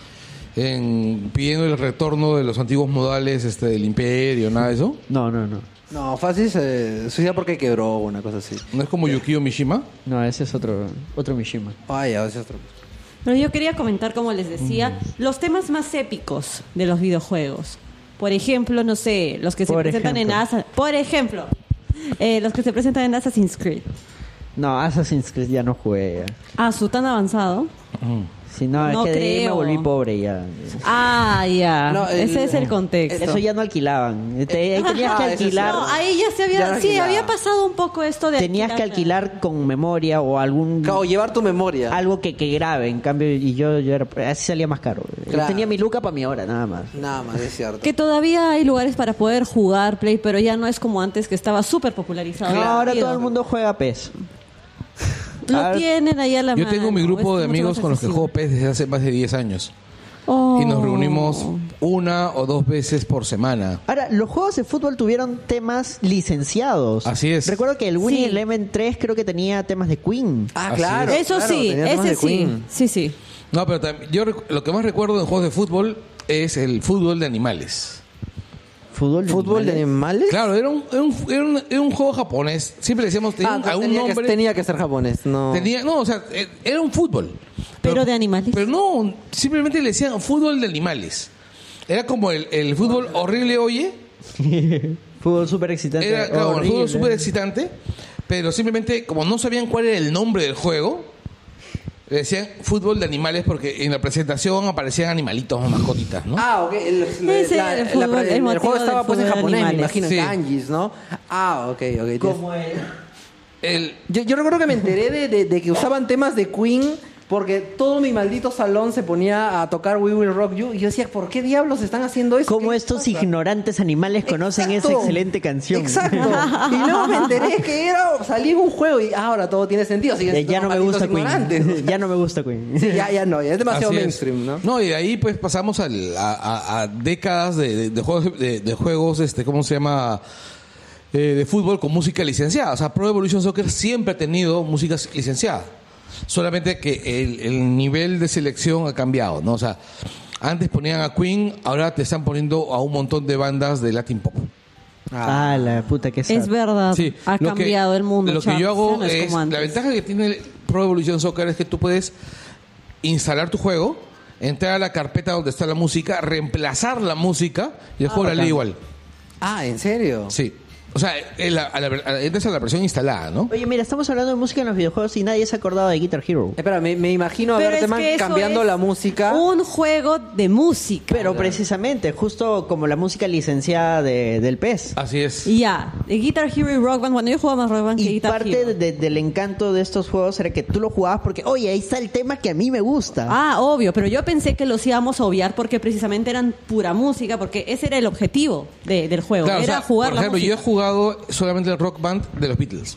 en pidiendo el retorno de los antiguos modales este, del imperio, nada de eso.
No, no, no.
No, fácil se suicida porque quebró una cosa así.
No es como Yukio Mishima.
No, ese es otro, otro Mishima.
Vaya, ese es otro.
Pero yo quería comentar, como les decía,
Mm.
los temas más épicos de los videojuegos. Por ejemplo, no sé, los que se
Por
presentan en
ejemplo.
Assassin's Por ejemplo, eh, los que se presentan en Assassin's Creed.
No, Assassin's Creed ya no jugué. ya.
Ah, su tan avanzado.
Si no,
No
es que de ahí me
creo.
volví pobre ya.
Ah, ya.
No, el-
Ese es el contexto.
Eso ya no alquilaban. Te- ahí tenías que
Ah, eso sí.
alquilar.
No, ahí ya se había.
Ya no
sí,
alquilaba.
había pasado un poco esto de.
Tenías que alquilar con memoria o algún
Claro, llevar tu memoria.
algo que, que grabe. En cambio, y yo, yo era- así salía más caro. Yo
Claro.
tenía mi luca para mi hora, nada más.
Nada más, es cierto.
Que todavía hay lugares para poder jugar Play, pero ya no es como antes que estaba súper popularizado.
No, ahora
Divertido.
todo el mundo juega PES.
Lo
ahora-
tienen ahí a la
Yo
mano,
tengo mi grupo
es
de
mucho
amigos
más
con los que juego
accesible.
PES desde hace más de 10 años.
Oh.
Y nos reunimos una o dos veces por semana.
Ahora, los juegos de fútbol tuvieron temas licenciados.
Así es.
Recuerdo que el Winnie
Sí.
Eleven 3 creo que tenía temas de Queen.
Ah,
Así
claro.
Eso
claro,
sí,
tenía temas
ese
de
sí.
Queen.
Sí, sí.
No, pero tam- yo recu- lo que más recuerdo en juegos de fútbol es el fútbol de animales.
¿Fútbol de
¿Fútbol de animales?
Claro, era un, era un, era un- era un juego japonés. Siempre decíamos, tenía
Ah,
un-
entonces
algún
pues
tenía,
nombre.
que, tenía que ser japonés, no.
Tenía- no, o sea, eh, era un fútbol.
Pero de animales.
Pero no, simplemente le decían fútbol de animales. Era como el, el fútbol horrible, oye.
Fútbol súper excitante.
Era claro, el
Horrible.
fútbol súper excitante. Pero simplemente, como no sabían cuál era el nombre del juego, le decían fútbol de animales porque en la presentación aparecían animalitos, mascotitas, ¿no?
Ah, ok. El,
Ese
la-
era el
la-
fútbol,
el
el motivo
juego estaba
del
pues en
fútbol de
japonés, me
animales.
imagino,
Sí.
en kanjis, ¿no? Ah, ok, ok.
Como el-
El,
Yo, yo recuerdo que me enteré de, de- de que usaban temas de Queen porque todo mi maldito salón se ponía a tocar We Will Rock You. Y yo decía, ¿por qué diablos están haciendo eso?
¿Cómo
¿Qué
estos
pasa?
ignorantes animales conocen esa
Exacto.
excelente canción?
Exacto. Y luego me enteré que era salir un juego y ah, ahora todo tiene sentido.
Ya,
siguen
ya no me
siendo malditos
gusta
ignorantes.
Queen. Ya no me gusta Queen.
Sí, ya, ya no, ya es demasiado
Así es.
mainstream, ¿no?
y de ahí pues pasamos al- a, a- a décadas de, de- de juegos, de, de juegos, este, ¿cómo se llama? Eh, de fútbol con música licenciada. O sea, Pro Evolution Soccer siempre ha tenido música licenciada. Solamente que el, el nivel de selección ha cambiado, ¿no? O sea, antes ponían a Queen, ahora te están poniendo a un montón de bandas de Latin Pop.
Ah, la puta que
Es verdad.
Sí,
Ha
lo que-
cambiado el mundo.
Lo que
Charles,
yo
ya
hago
no es
es,
como antes.
la ventaja que tiene el Pro Evolution Soccer es que tú puedes instalar tu juego, entrar a la carpeta donde está la música, reemplazar la música y el juego la lee igual.
Ah, ¿en serio?
Sí. O sea, en la- a la- a la- entras a la versión instalada, ¿no?
Oye, mira, estamos hablando de música en los videojuegos y nadie se ha acordado de Guitar Hero.
Espera, me, me imagino a
Pero
ver
es
Teman
que eso
cambiando
es
la música.
Un juego de música.
Pero precisamente, justo como la música licenciada de- del PES.
Ah,
Así es.
Y Ya, de Guitar Hero y Rock Band. Cuando yo jugaba más Rock Band que
Y
Ah, Guitar
parte
Hero.
de- del encanto de estos juegos era que tú lo jugabas porque, oye, ahí está el tema que a mí me gusta.
Ah, obvio, pero yo pensé que los íbamos a obviar porque precisamente eran pura música, porque ese era el objetivo de- del juego,
Claro, o
era
sea,
jugar
por
la
ejemplo, yo he
música.
jugado solamente el Rock Band de los Beatles.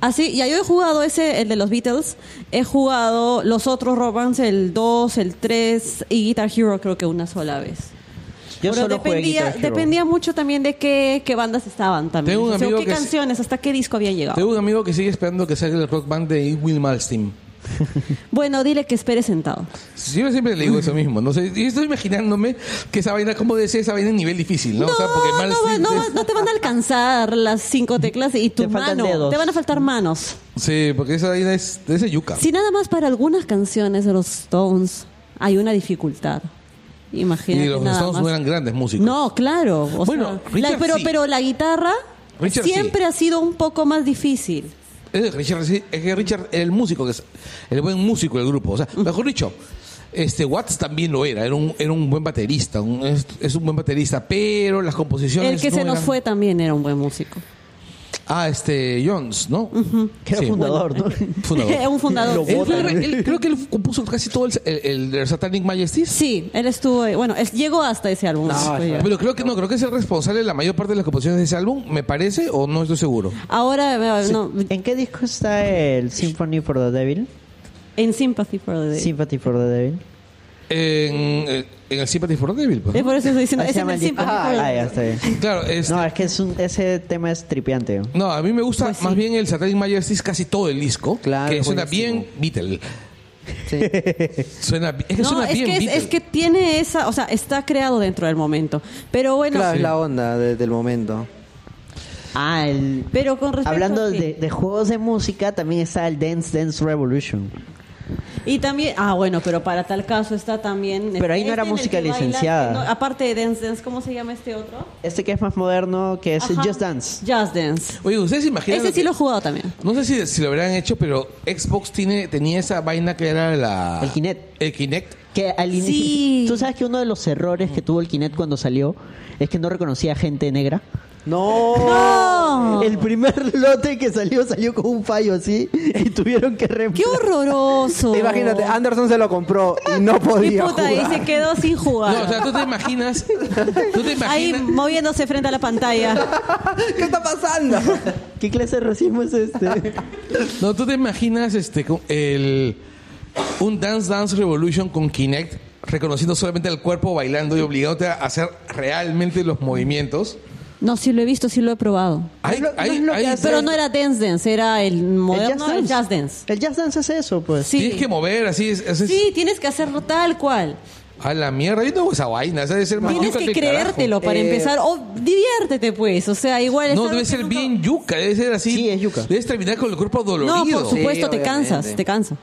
Así, ya yo he jugado ese, el de los Beatles, he jugado los otros Rock Bands, el 2, el 3 y Guitar Hero creo que una sola vez.
Yo
Pero
solo jugué
dependía,
Guitar Hero.
dependía mucho también de qué, qué bandas estaban también.
Tengo un
O sea,
amigo
qué
que es-
canciones, hasta qué disco habían llegado.
Tengo un amigo que sigue esperando que salga el Rock Band de Will Malmsteen.
Bueno, dile que espere sentado.
Yo siempre le digo eso mismo. No sé, y estoy imaginándome que esa vaina, como decía, esa vaina en nivel difícil, ¿no?
No,
o sea, porque
no, va-
Malmsteen
no, va-
es-
no te van a alcanzar las cinco teclas y tu
Te faltan
mano.
dedos.
Te van a faltar manos.
Sí, porque esa vaina es de ese yuca.
Si nada más para algunas canciones de los Stones hay una dificultad. Imagínate.
y los
nada
Stones no
más.
eran grandes músicos.
No, claro. o
Bueno,
sea,
Richard
la- pero,
sí.
pero la guitarra
Richard
siempre
sí.
ha sido un poco más difícil.
Es, que Richard, sí- es que Richard era el músico, que es el buen músico del grupo. O sea, mejor dicho, este Watts también lo era. Era un, era un buen baterista. un- es, es un buen baterista, pero las composiciones.
El que
no
se nos
eran-
fue también era un buen músico.
Ah, este Jones, ¿no?
Que era
Sí.
fundador, ¿no?
Fundador.
un fundador.
Él fue- él- creo que él compuso casi todo el, el- el Satanic Majesties.
Sí, él estuvo. Bueno, él llegó hasta ese álbum. Sí, fue llegar.
Pero creo que no, creo que es el responsable de la mayor parte de las composiciones de ese álbum, me parece, o no estoy seguro.
Ahora, eh, no,
¿En qué disco está el Symphony for the Devil?
en Sympathy for the Day.
Sympathy for the Devil.
En, eh, en el Sympathy for the Devil. pues, ¿no?
Es Eh, por eso estoy diciendo.
Ah,
Es
se
en
llama
el
el disco.
Sympathy for the
Ah,
Day.
ya está bien.
Claro, es,
No, es que es un- ese tema es tripiante.
No, a mí me gusta
Pues sí.
más bien el Satanic Majesties casi todo el disco.
Claro,
Que suena
buenísimo.
bien Beatle.
Sí.
Suena, es que
No,
suena
es
bien
que, es,
Beatle.
es que tiene esa, o sea, está creado dentro del momento. Pero bueno,
Claro, es la onda de- del momento.
Ah, el...
pero con respecto
Hablando
a qué?
de, de juegos de música, también está el Dance Dance Revolution.
Y también, ah, bueno, pero para tal caso está también. este,
Pero ahí no era
en el
música
que bailas,
licenciada.
no, aparte de Dance Dance, ¿cómo se llama este otro?
Este que es más moderno, que es
Ajá.
Just Dance.
Just Dance.
Oye, ¿ustedes se imaginan?
Ese sí
que-
lo he jugado también.
No sé si, si lo habrán hecho, pero Xbox tiene, tenía esa vaina que era la...
El Kinect.
El Kinect.
Que al inicio,
Sí.
tú sabes que uno de los errores que tuvo el Kinect cuando salió es que no reconocía gente negra.
No.
¡No!
El primer lote que salió salió con un fallo así y tuvieron que
¡Qué
reemplazar.
horroroso!
Imagínate, Anderson se lo compró y no
Y
podía
puta, y
jugar.
se quedó sin jugar.
No, o sea, tú te imaginas... Tú te
Ahí
imaginas...
moviéndose frente a la pantalla.
¿Qué está pasando?
¿Qué clase de racismo es este?
No, tú te imaginas este, con el, un Dance Dance Revolution con Kinect reconociendo solamente el cuerpo bailando y obligándote a hacer realmente los movimientos.
No, sí lo he visto, sí lo he probado.
Hay-
No es lo- no
hay-
es lo que
hay-
hace-
Pero no era Dance Dance, era el moderno, el Just Dance.
El Just Dance es eso, pues.
Sí.
Tienes que mover, así es. así es-
Sí, tienes que hacerlo tal cual.
A la mierda, yo no hago esa vaina. Esa debe ser más
Tienes
yuca
que
el carajo.
creértelo para empezar. O diviértete, pues. O sea, igual.
No,
es
debe
algo
ser bien yuca, debe ser así. Sí, es yuca. Debes terminar con el cuerpo
que-
dolorido.
No, por supuesto, te cansas. Te cansas.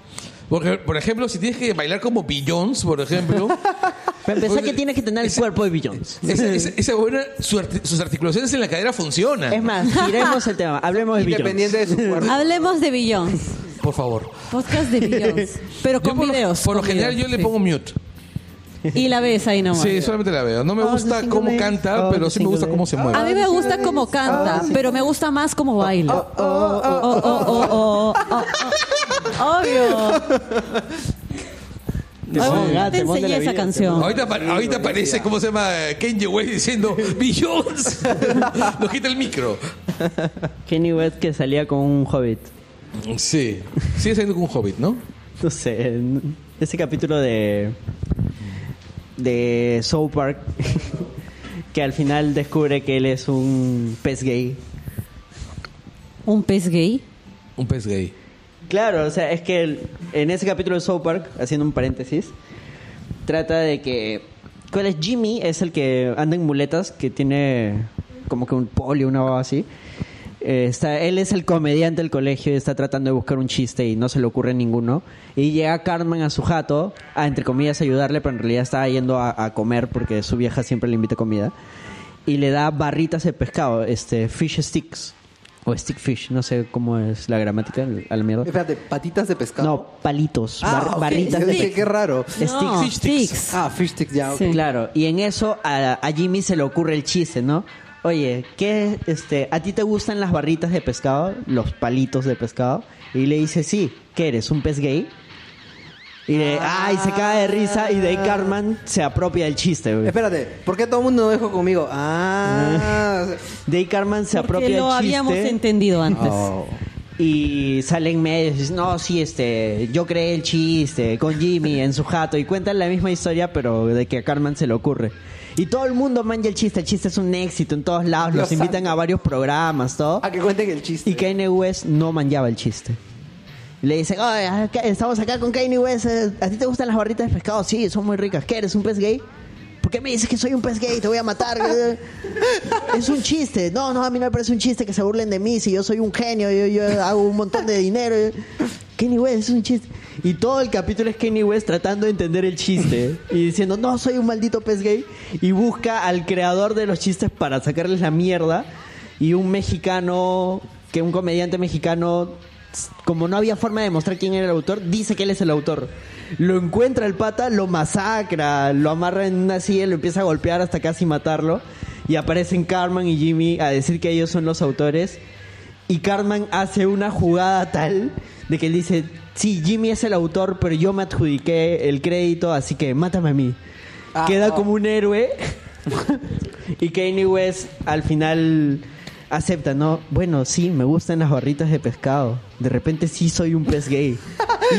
Porque, por ejemplo, si tienes que bailar como Billions, por ejemplo.
Para empezar,
Oye,
que tienes que tener el cuerpo de Billions.
Esa, esa- esa buena, su arti- sus articulaciones en la cadera funcionan.
Es más, giremos el tema. Hablemos de Billions.
Hablemos de Billions.
Por favor.
Podcast de Billions. Pero con videos.
Por lo
con
general, yo
videos,
le
sí.
pongo mute.
Y la ves ahí nomás.
Sí, solamente la veo. No
Oh,
me gusta cómo canta, pero sí me gusta cómo se mueve.
A mí me gusta cómo canta, pero me gusta más cómo baila. Ah, Oh, oh, oh, oh, oh, oh. Obvio. Ay,
Ahorita-
te enseñé esa canción.
Ahorita, pa- ahorita aparece, ¿cómo se llama? Kenji Way diciendo Billions. Nos quita el micro.
Kenny West que salía con un hobbit.
Sí. Sigue saliendo con un hobbit, ¿no?
No sé. n- Ese capítulo de. de South Park. que al final descubre que él es un pez gay.
¿Un pez gay?
Un pez gay.
Claro, o sea, es que el- en ese capítulo de South Park, haciendo un paréntesis, trata de que. ¿Cuál es Jimmy? Es el que anda en muletas, que tiene como que un polio, una baba así. Eh, está, él es el comediante del colegio y está tratando de buscar un chiste y no se le ocurre ninguno. Y llega Carmen a su jato a, entre comillas, ayudarle, pero en realidad está yendo a, a comer porque su vieja siempre le invita comida. Y le da barritas de pescado, este, fish sticks. O stick fish, no sé cómo es la gramática, a la mierda.
Espérate, patitas de pescado.
No, palitos,
Ah,
bar-
ok.
barritas
Yo
de
dije,
pe-
qué raro.
Sticks.
No,
Fish sticks.
Ah, fish sticks, ya. ok.
Sí. Claro, y en eso a, a Jimmy se le ocurre el chiste, ¿no? Oye, ¿qué, este, ¿a ti te gustan las barritas de pescado? Los palitos de pescado. Y le dice, sí, ¿qué eres? ¿Un pez gay? Y le, ay, se cae de risa y de ahí Cartman se apropia del chiste, güey.
Espérate, ¿por qué todo el mundo no dijo conmigo? Ah.
De ahí Cartman se apropia
Que
del
lo
chiste.
habíamos entendido antes.
Oh.
Y salen medios y dicen, no, sí, este, yo creé el chiste con Jimmy en su jato y cuentan la misma historia, pero de que a Carmen se le ocurre. Y todo el mundo manja el chiste, el chiste es un éxito en todos lados,
Dios
los invitan a varios programas, todo.
A que cuenten el chiste.
Y Kanye West no manjaba el chiste. Le dicen, "Oye, acá- estamos acá con Kanye West, eh, ¿a ti te gustan las barritas de pescado? Sí, son muy ricas. ¿Qué eres, un pez gay? ¿Por qué me dices que soy un pez gay? Te voy a matar. es un chiste. No, no, a mí no me parece un chiste que se burlen de mí. Si yo soy un genio, yo, yo hago un montón de dinero. Kenny West es un chiste. Y todo el capítulo es Kenny West tratando de entender el chiste y diciendo, no, soy un maldito pez gay. Y busca al creador de los chistes para sacarles la mierda. Y un mexicano, que un comediante mexicano, como no había forma de demostrar quién era el autor, dice que él es el autor. Lo encuentra el pata, lo masacra, lo amarra en una silla, lo empieza a golpear hasta casi matarlo. Y aparecen Carmen y Jimmy a decir que ellos son los autores. Y Cartman hace una jugada tal de que él dice, sí, Jimmy es el autor, pero yo me adjudiqué el crédito, así que mátame a mí. Queda como un héroe. y Kanye West al final acepta, ¿no? Bueno, sí, me gustan las barritas de pescado. De repente sí soy un pez gay.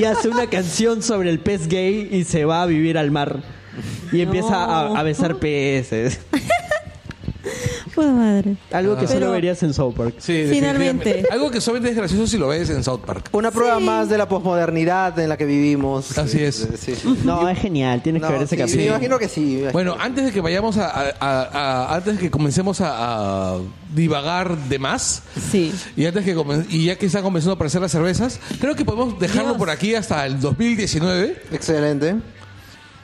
y hace una canción sobre el pez gay y se va a vivir al mar. Y empieza
No.
a, a besar peces.
Pues madre.
Algo que solo
Pero-
verías en South Park.
Sí,
Finalmente.
definitivamente. Algo que solamente es gracioso si lo ves en South Park.
Una prueba más de la posmodernidad en la que vivimos.
Así es.
Sí.
No, es genial. Tienes
No,
que ver ese
sí,
capítulo.
Me imagino que sí. me imagino.
Bueno, antes de que vayamos a, a- a- a- antes de que comencemos a, a divagar de más
Sí.
y antes que comen- y ya que están comenzando a aparecer las cervezas, creo que podemos dejarlo
Dios.
por aquí hasta el 2019.
Excelente.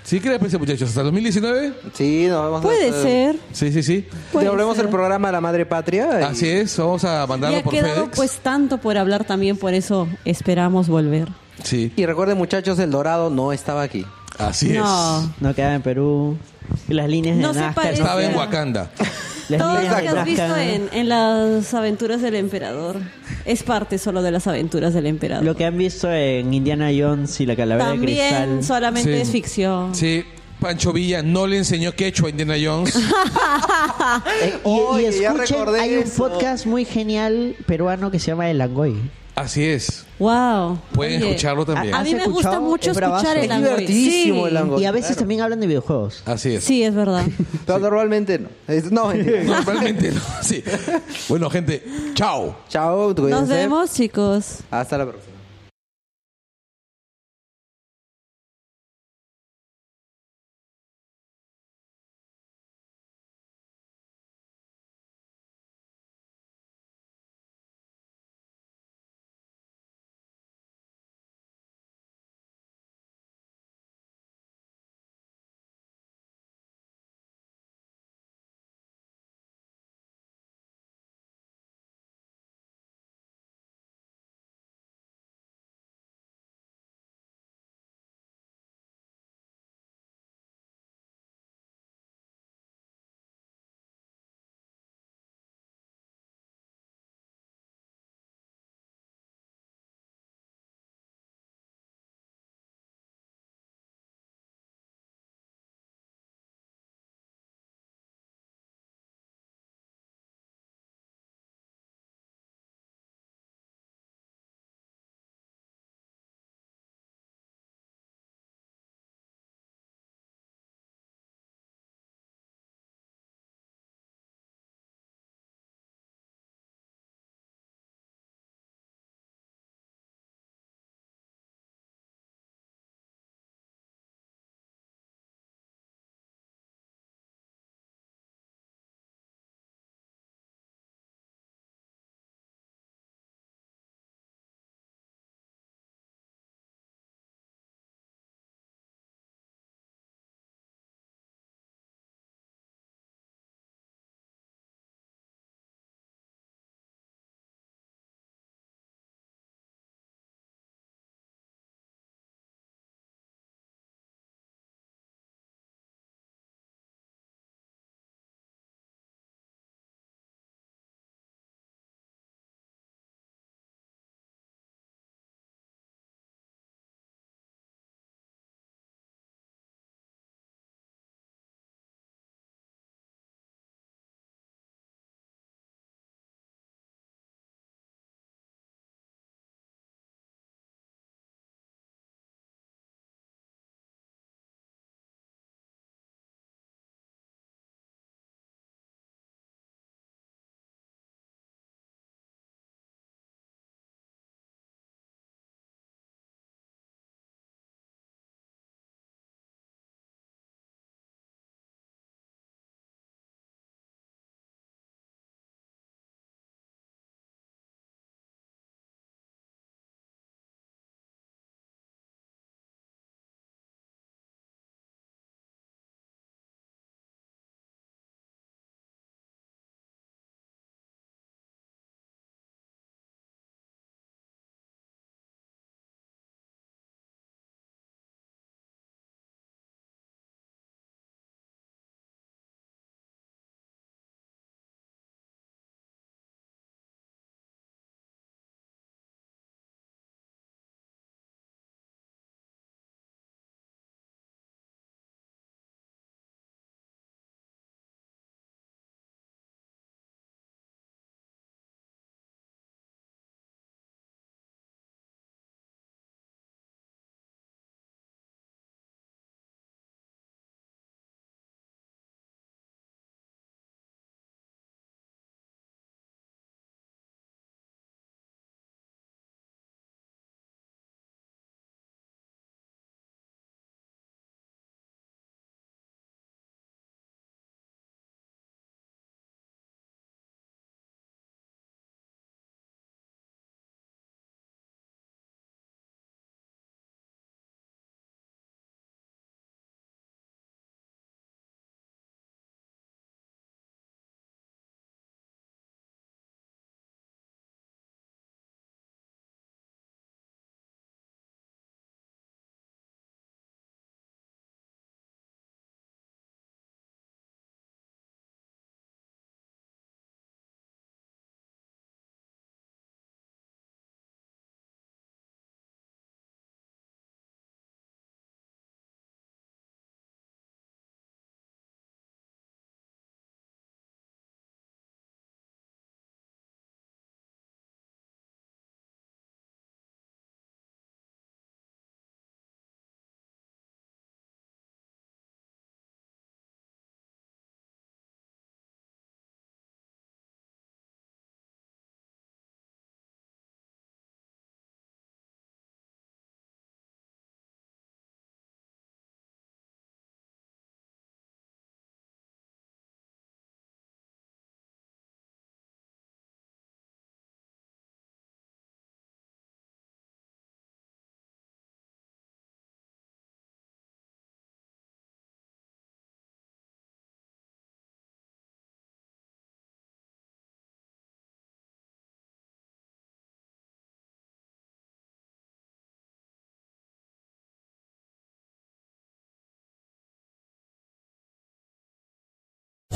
¿Sí qué les parece, muchachos? Hasta el 2019.
Sí, nos vemos.
Eh,
Puede
hasta-
ser.
Sí, sí, sí.
puede
Devolvemos
ser.
el programa a la madre patria. y-
Así es, vamos a
Y
mandarlo
ha
por
quedado
FedEx.
pues tanto por hablar también, por eso esperamos volver.
Sí,
Y recuerden, muchachos, el Dorado no estaba aquí.
así es.
No.
No quedaba en Perú. Y Las líneas de
No se
Nazca.
parece.
no
Estaba en
quedan.
Wakanda.
Las
Todo lo
líneas
que
de
has visto
Nazca.
en, en las aventuras del emperador es parte solo de las aventuras del emperador.
Lo que han visto en Indiana Jones y la calavera de
también
cristal.
solamente
Sí.
es ficción.
Sí, Pancho Villa no le enseñó quechua a Indiana Jones.
Eh, y, y
Oye, ya
escuchen,
recordé
hay un
eso.
podcast muy genial peruano que se llama El Angoy.
Así es.
Wow.
Pueden
Oye,
escucharlo también.
A, a mí
¿Has
me gusta
escuchado?
mucho
Es bravazo.
escuchar el
Es
Angoy.
divertidísimo
Sí.
el Angoy.
Y a veces también hablan de videojuegos.
Así es.
Sí, es verdad.
Pero normalmente no. Es- no, mentira.
Normalmente no. Sí. Bueno, gente, chao.
Chao, cuídense.
Nos vemos, chicos.
Hasta la próxima.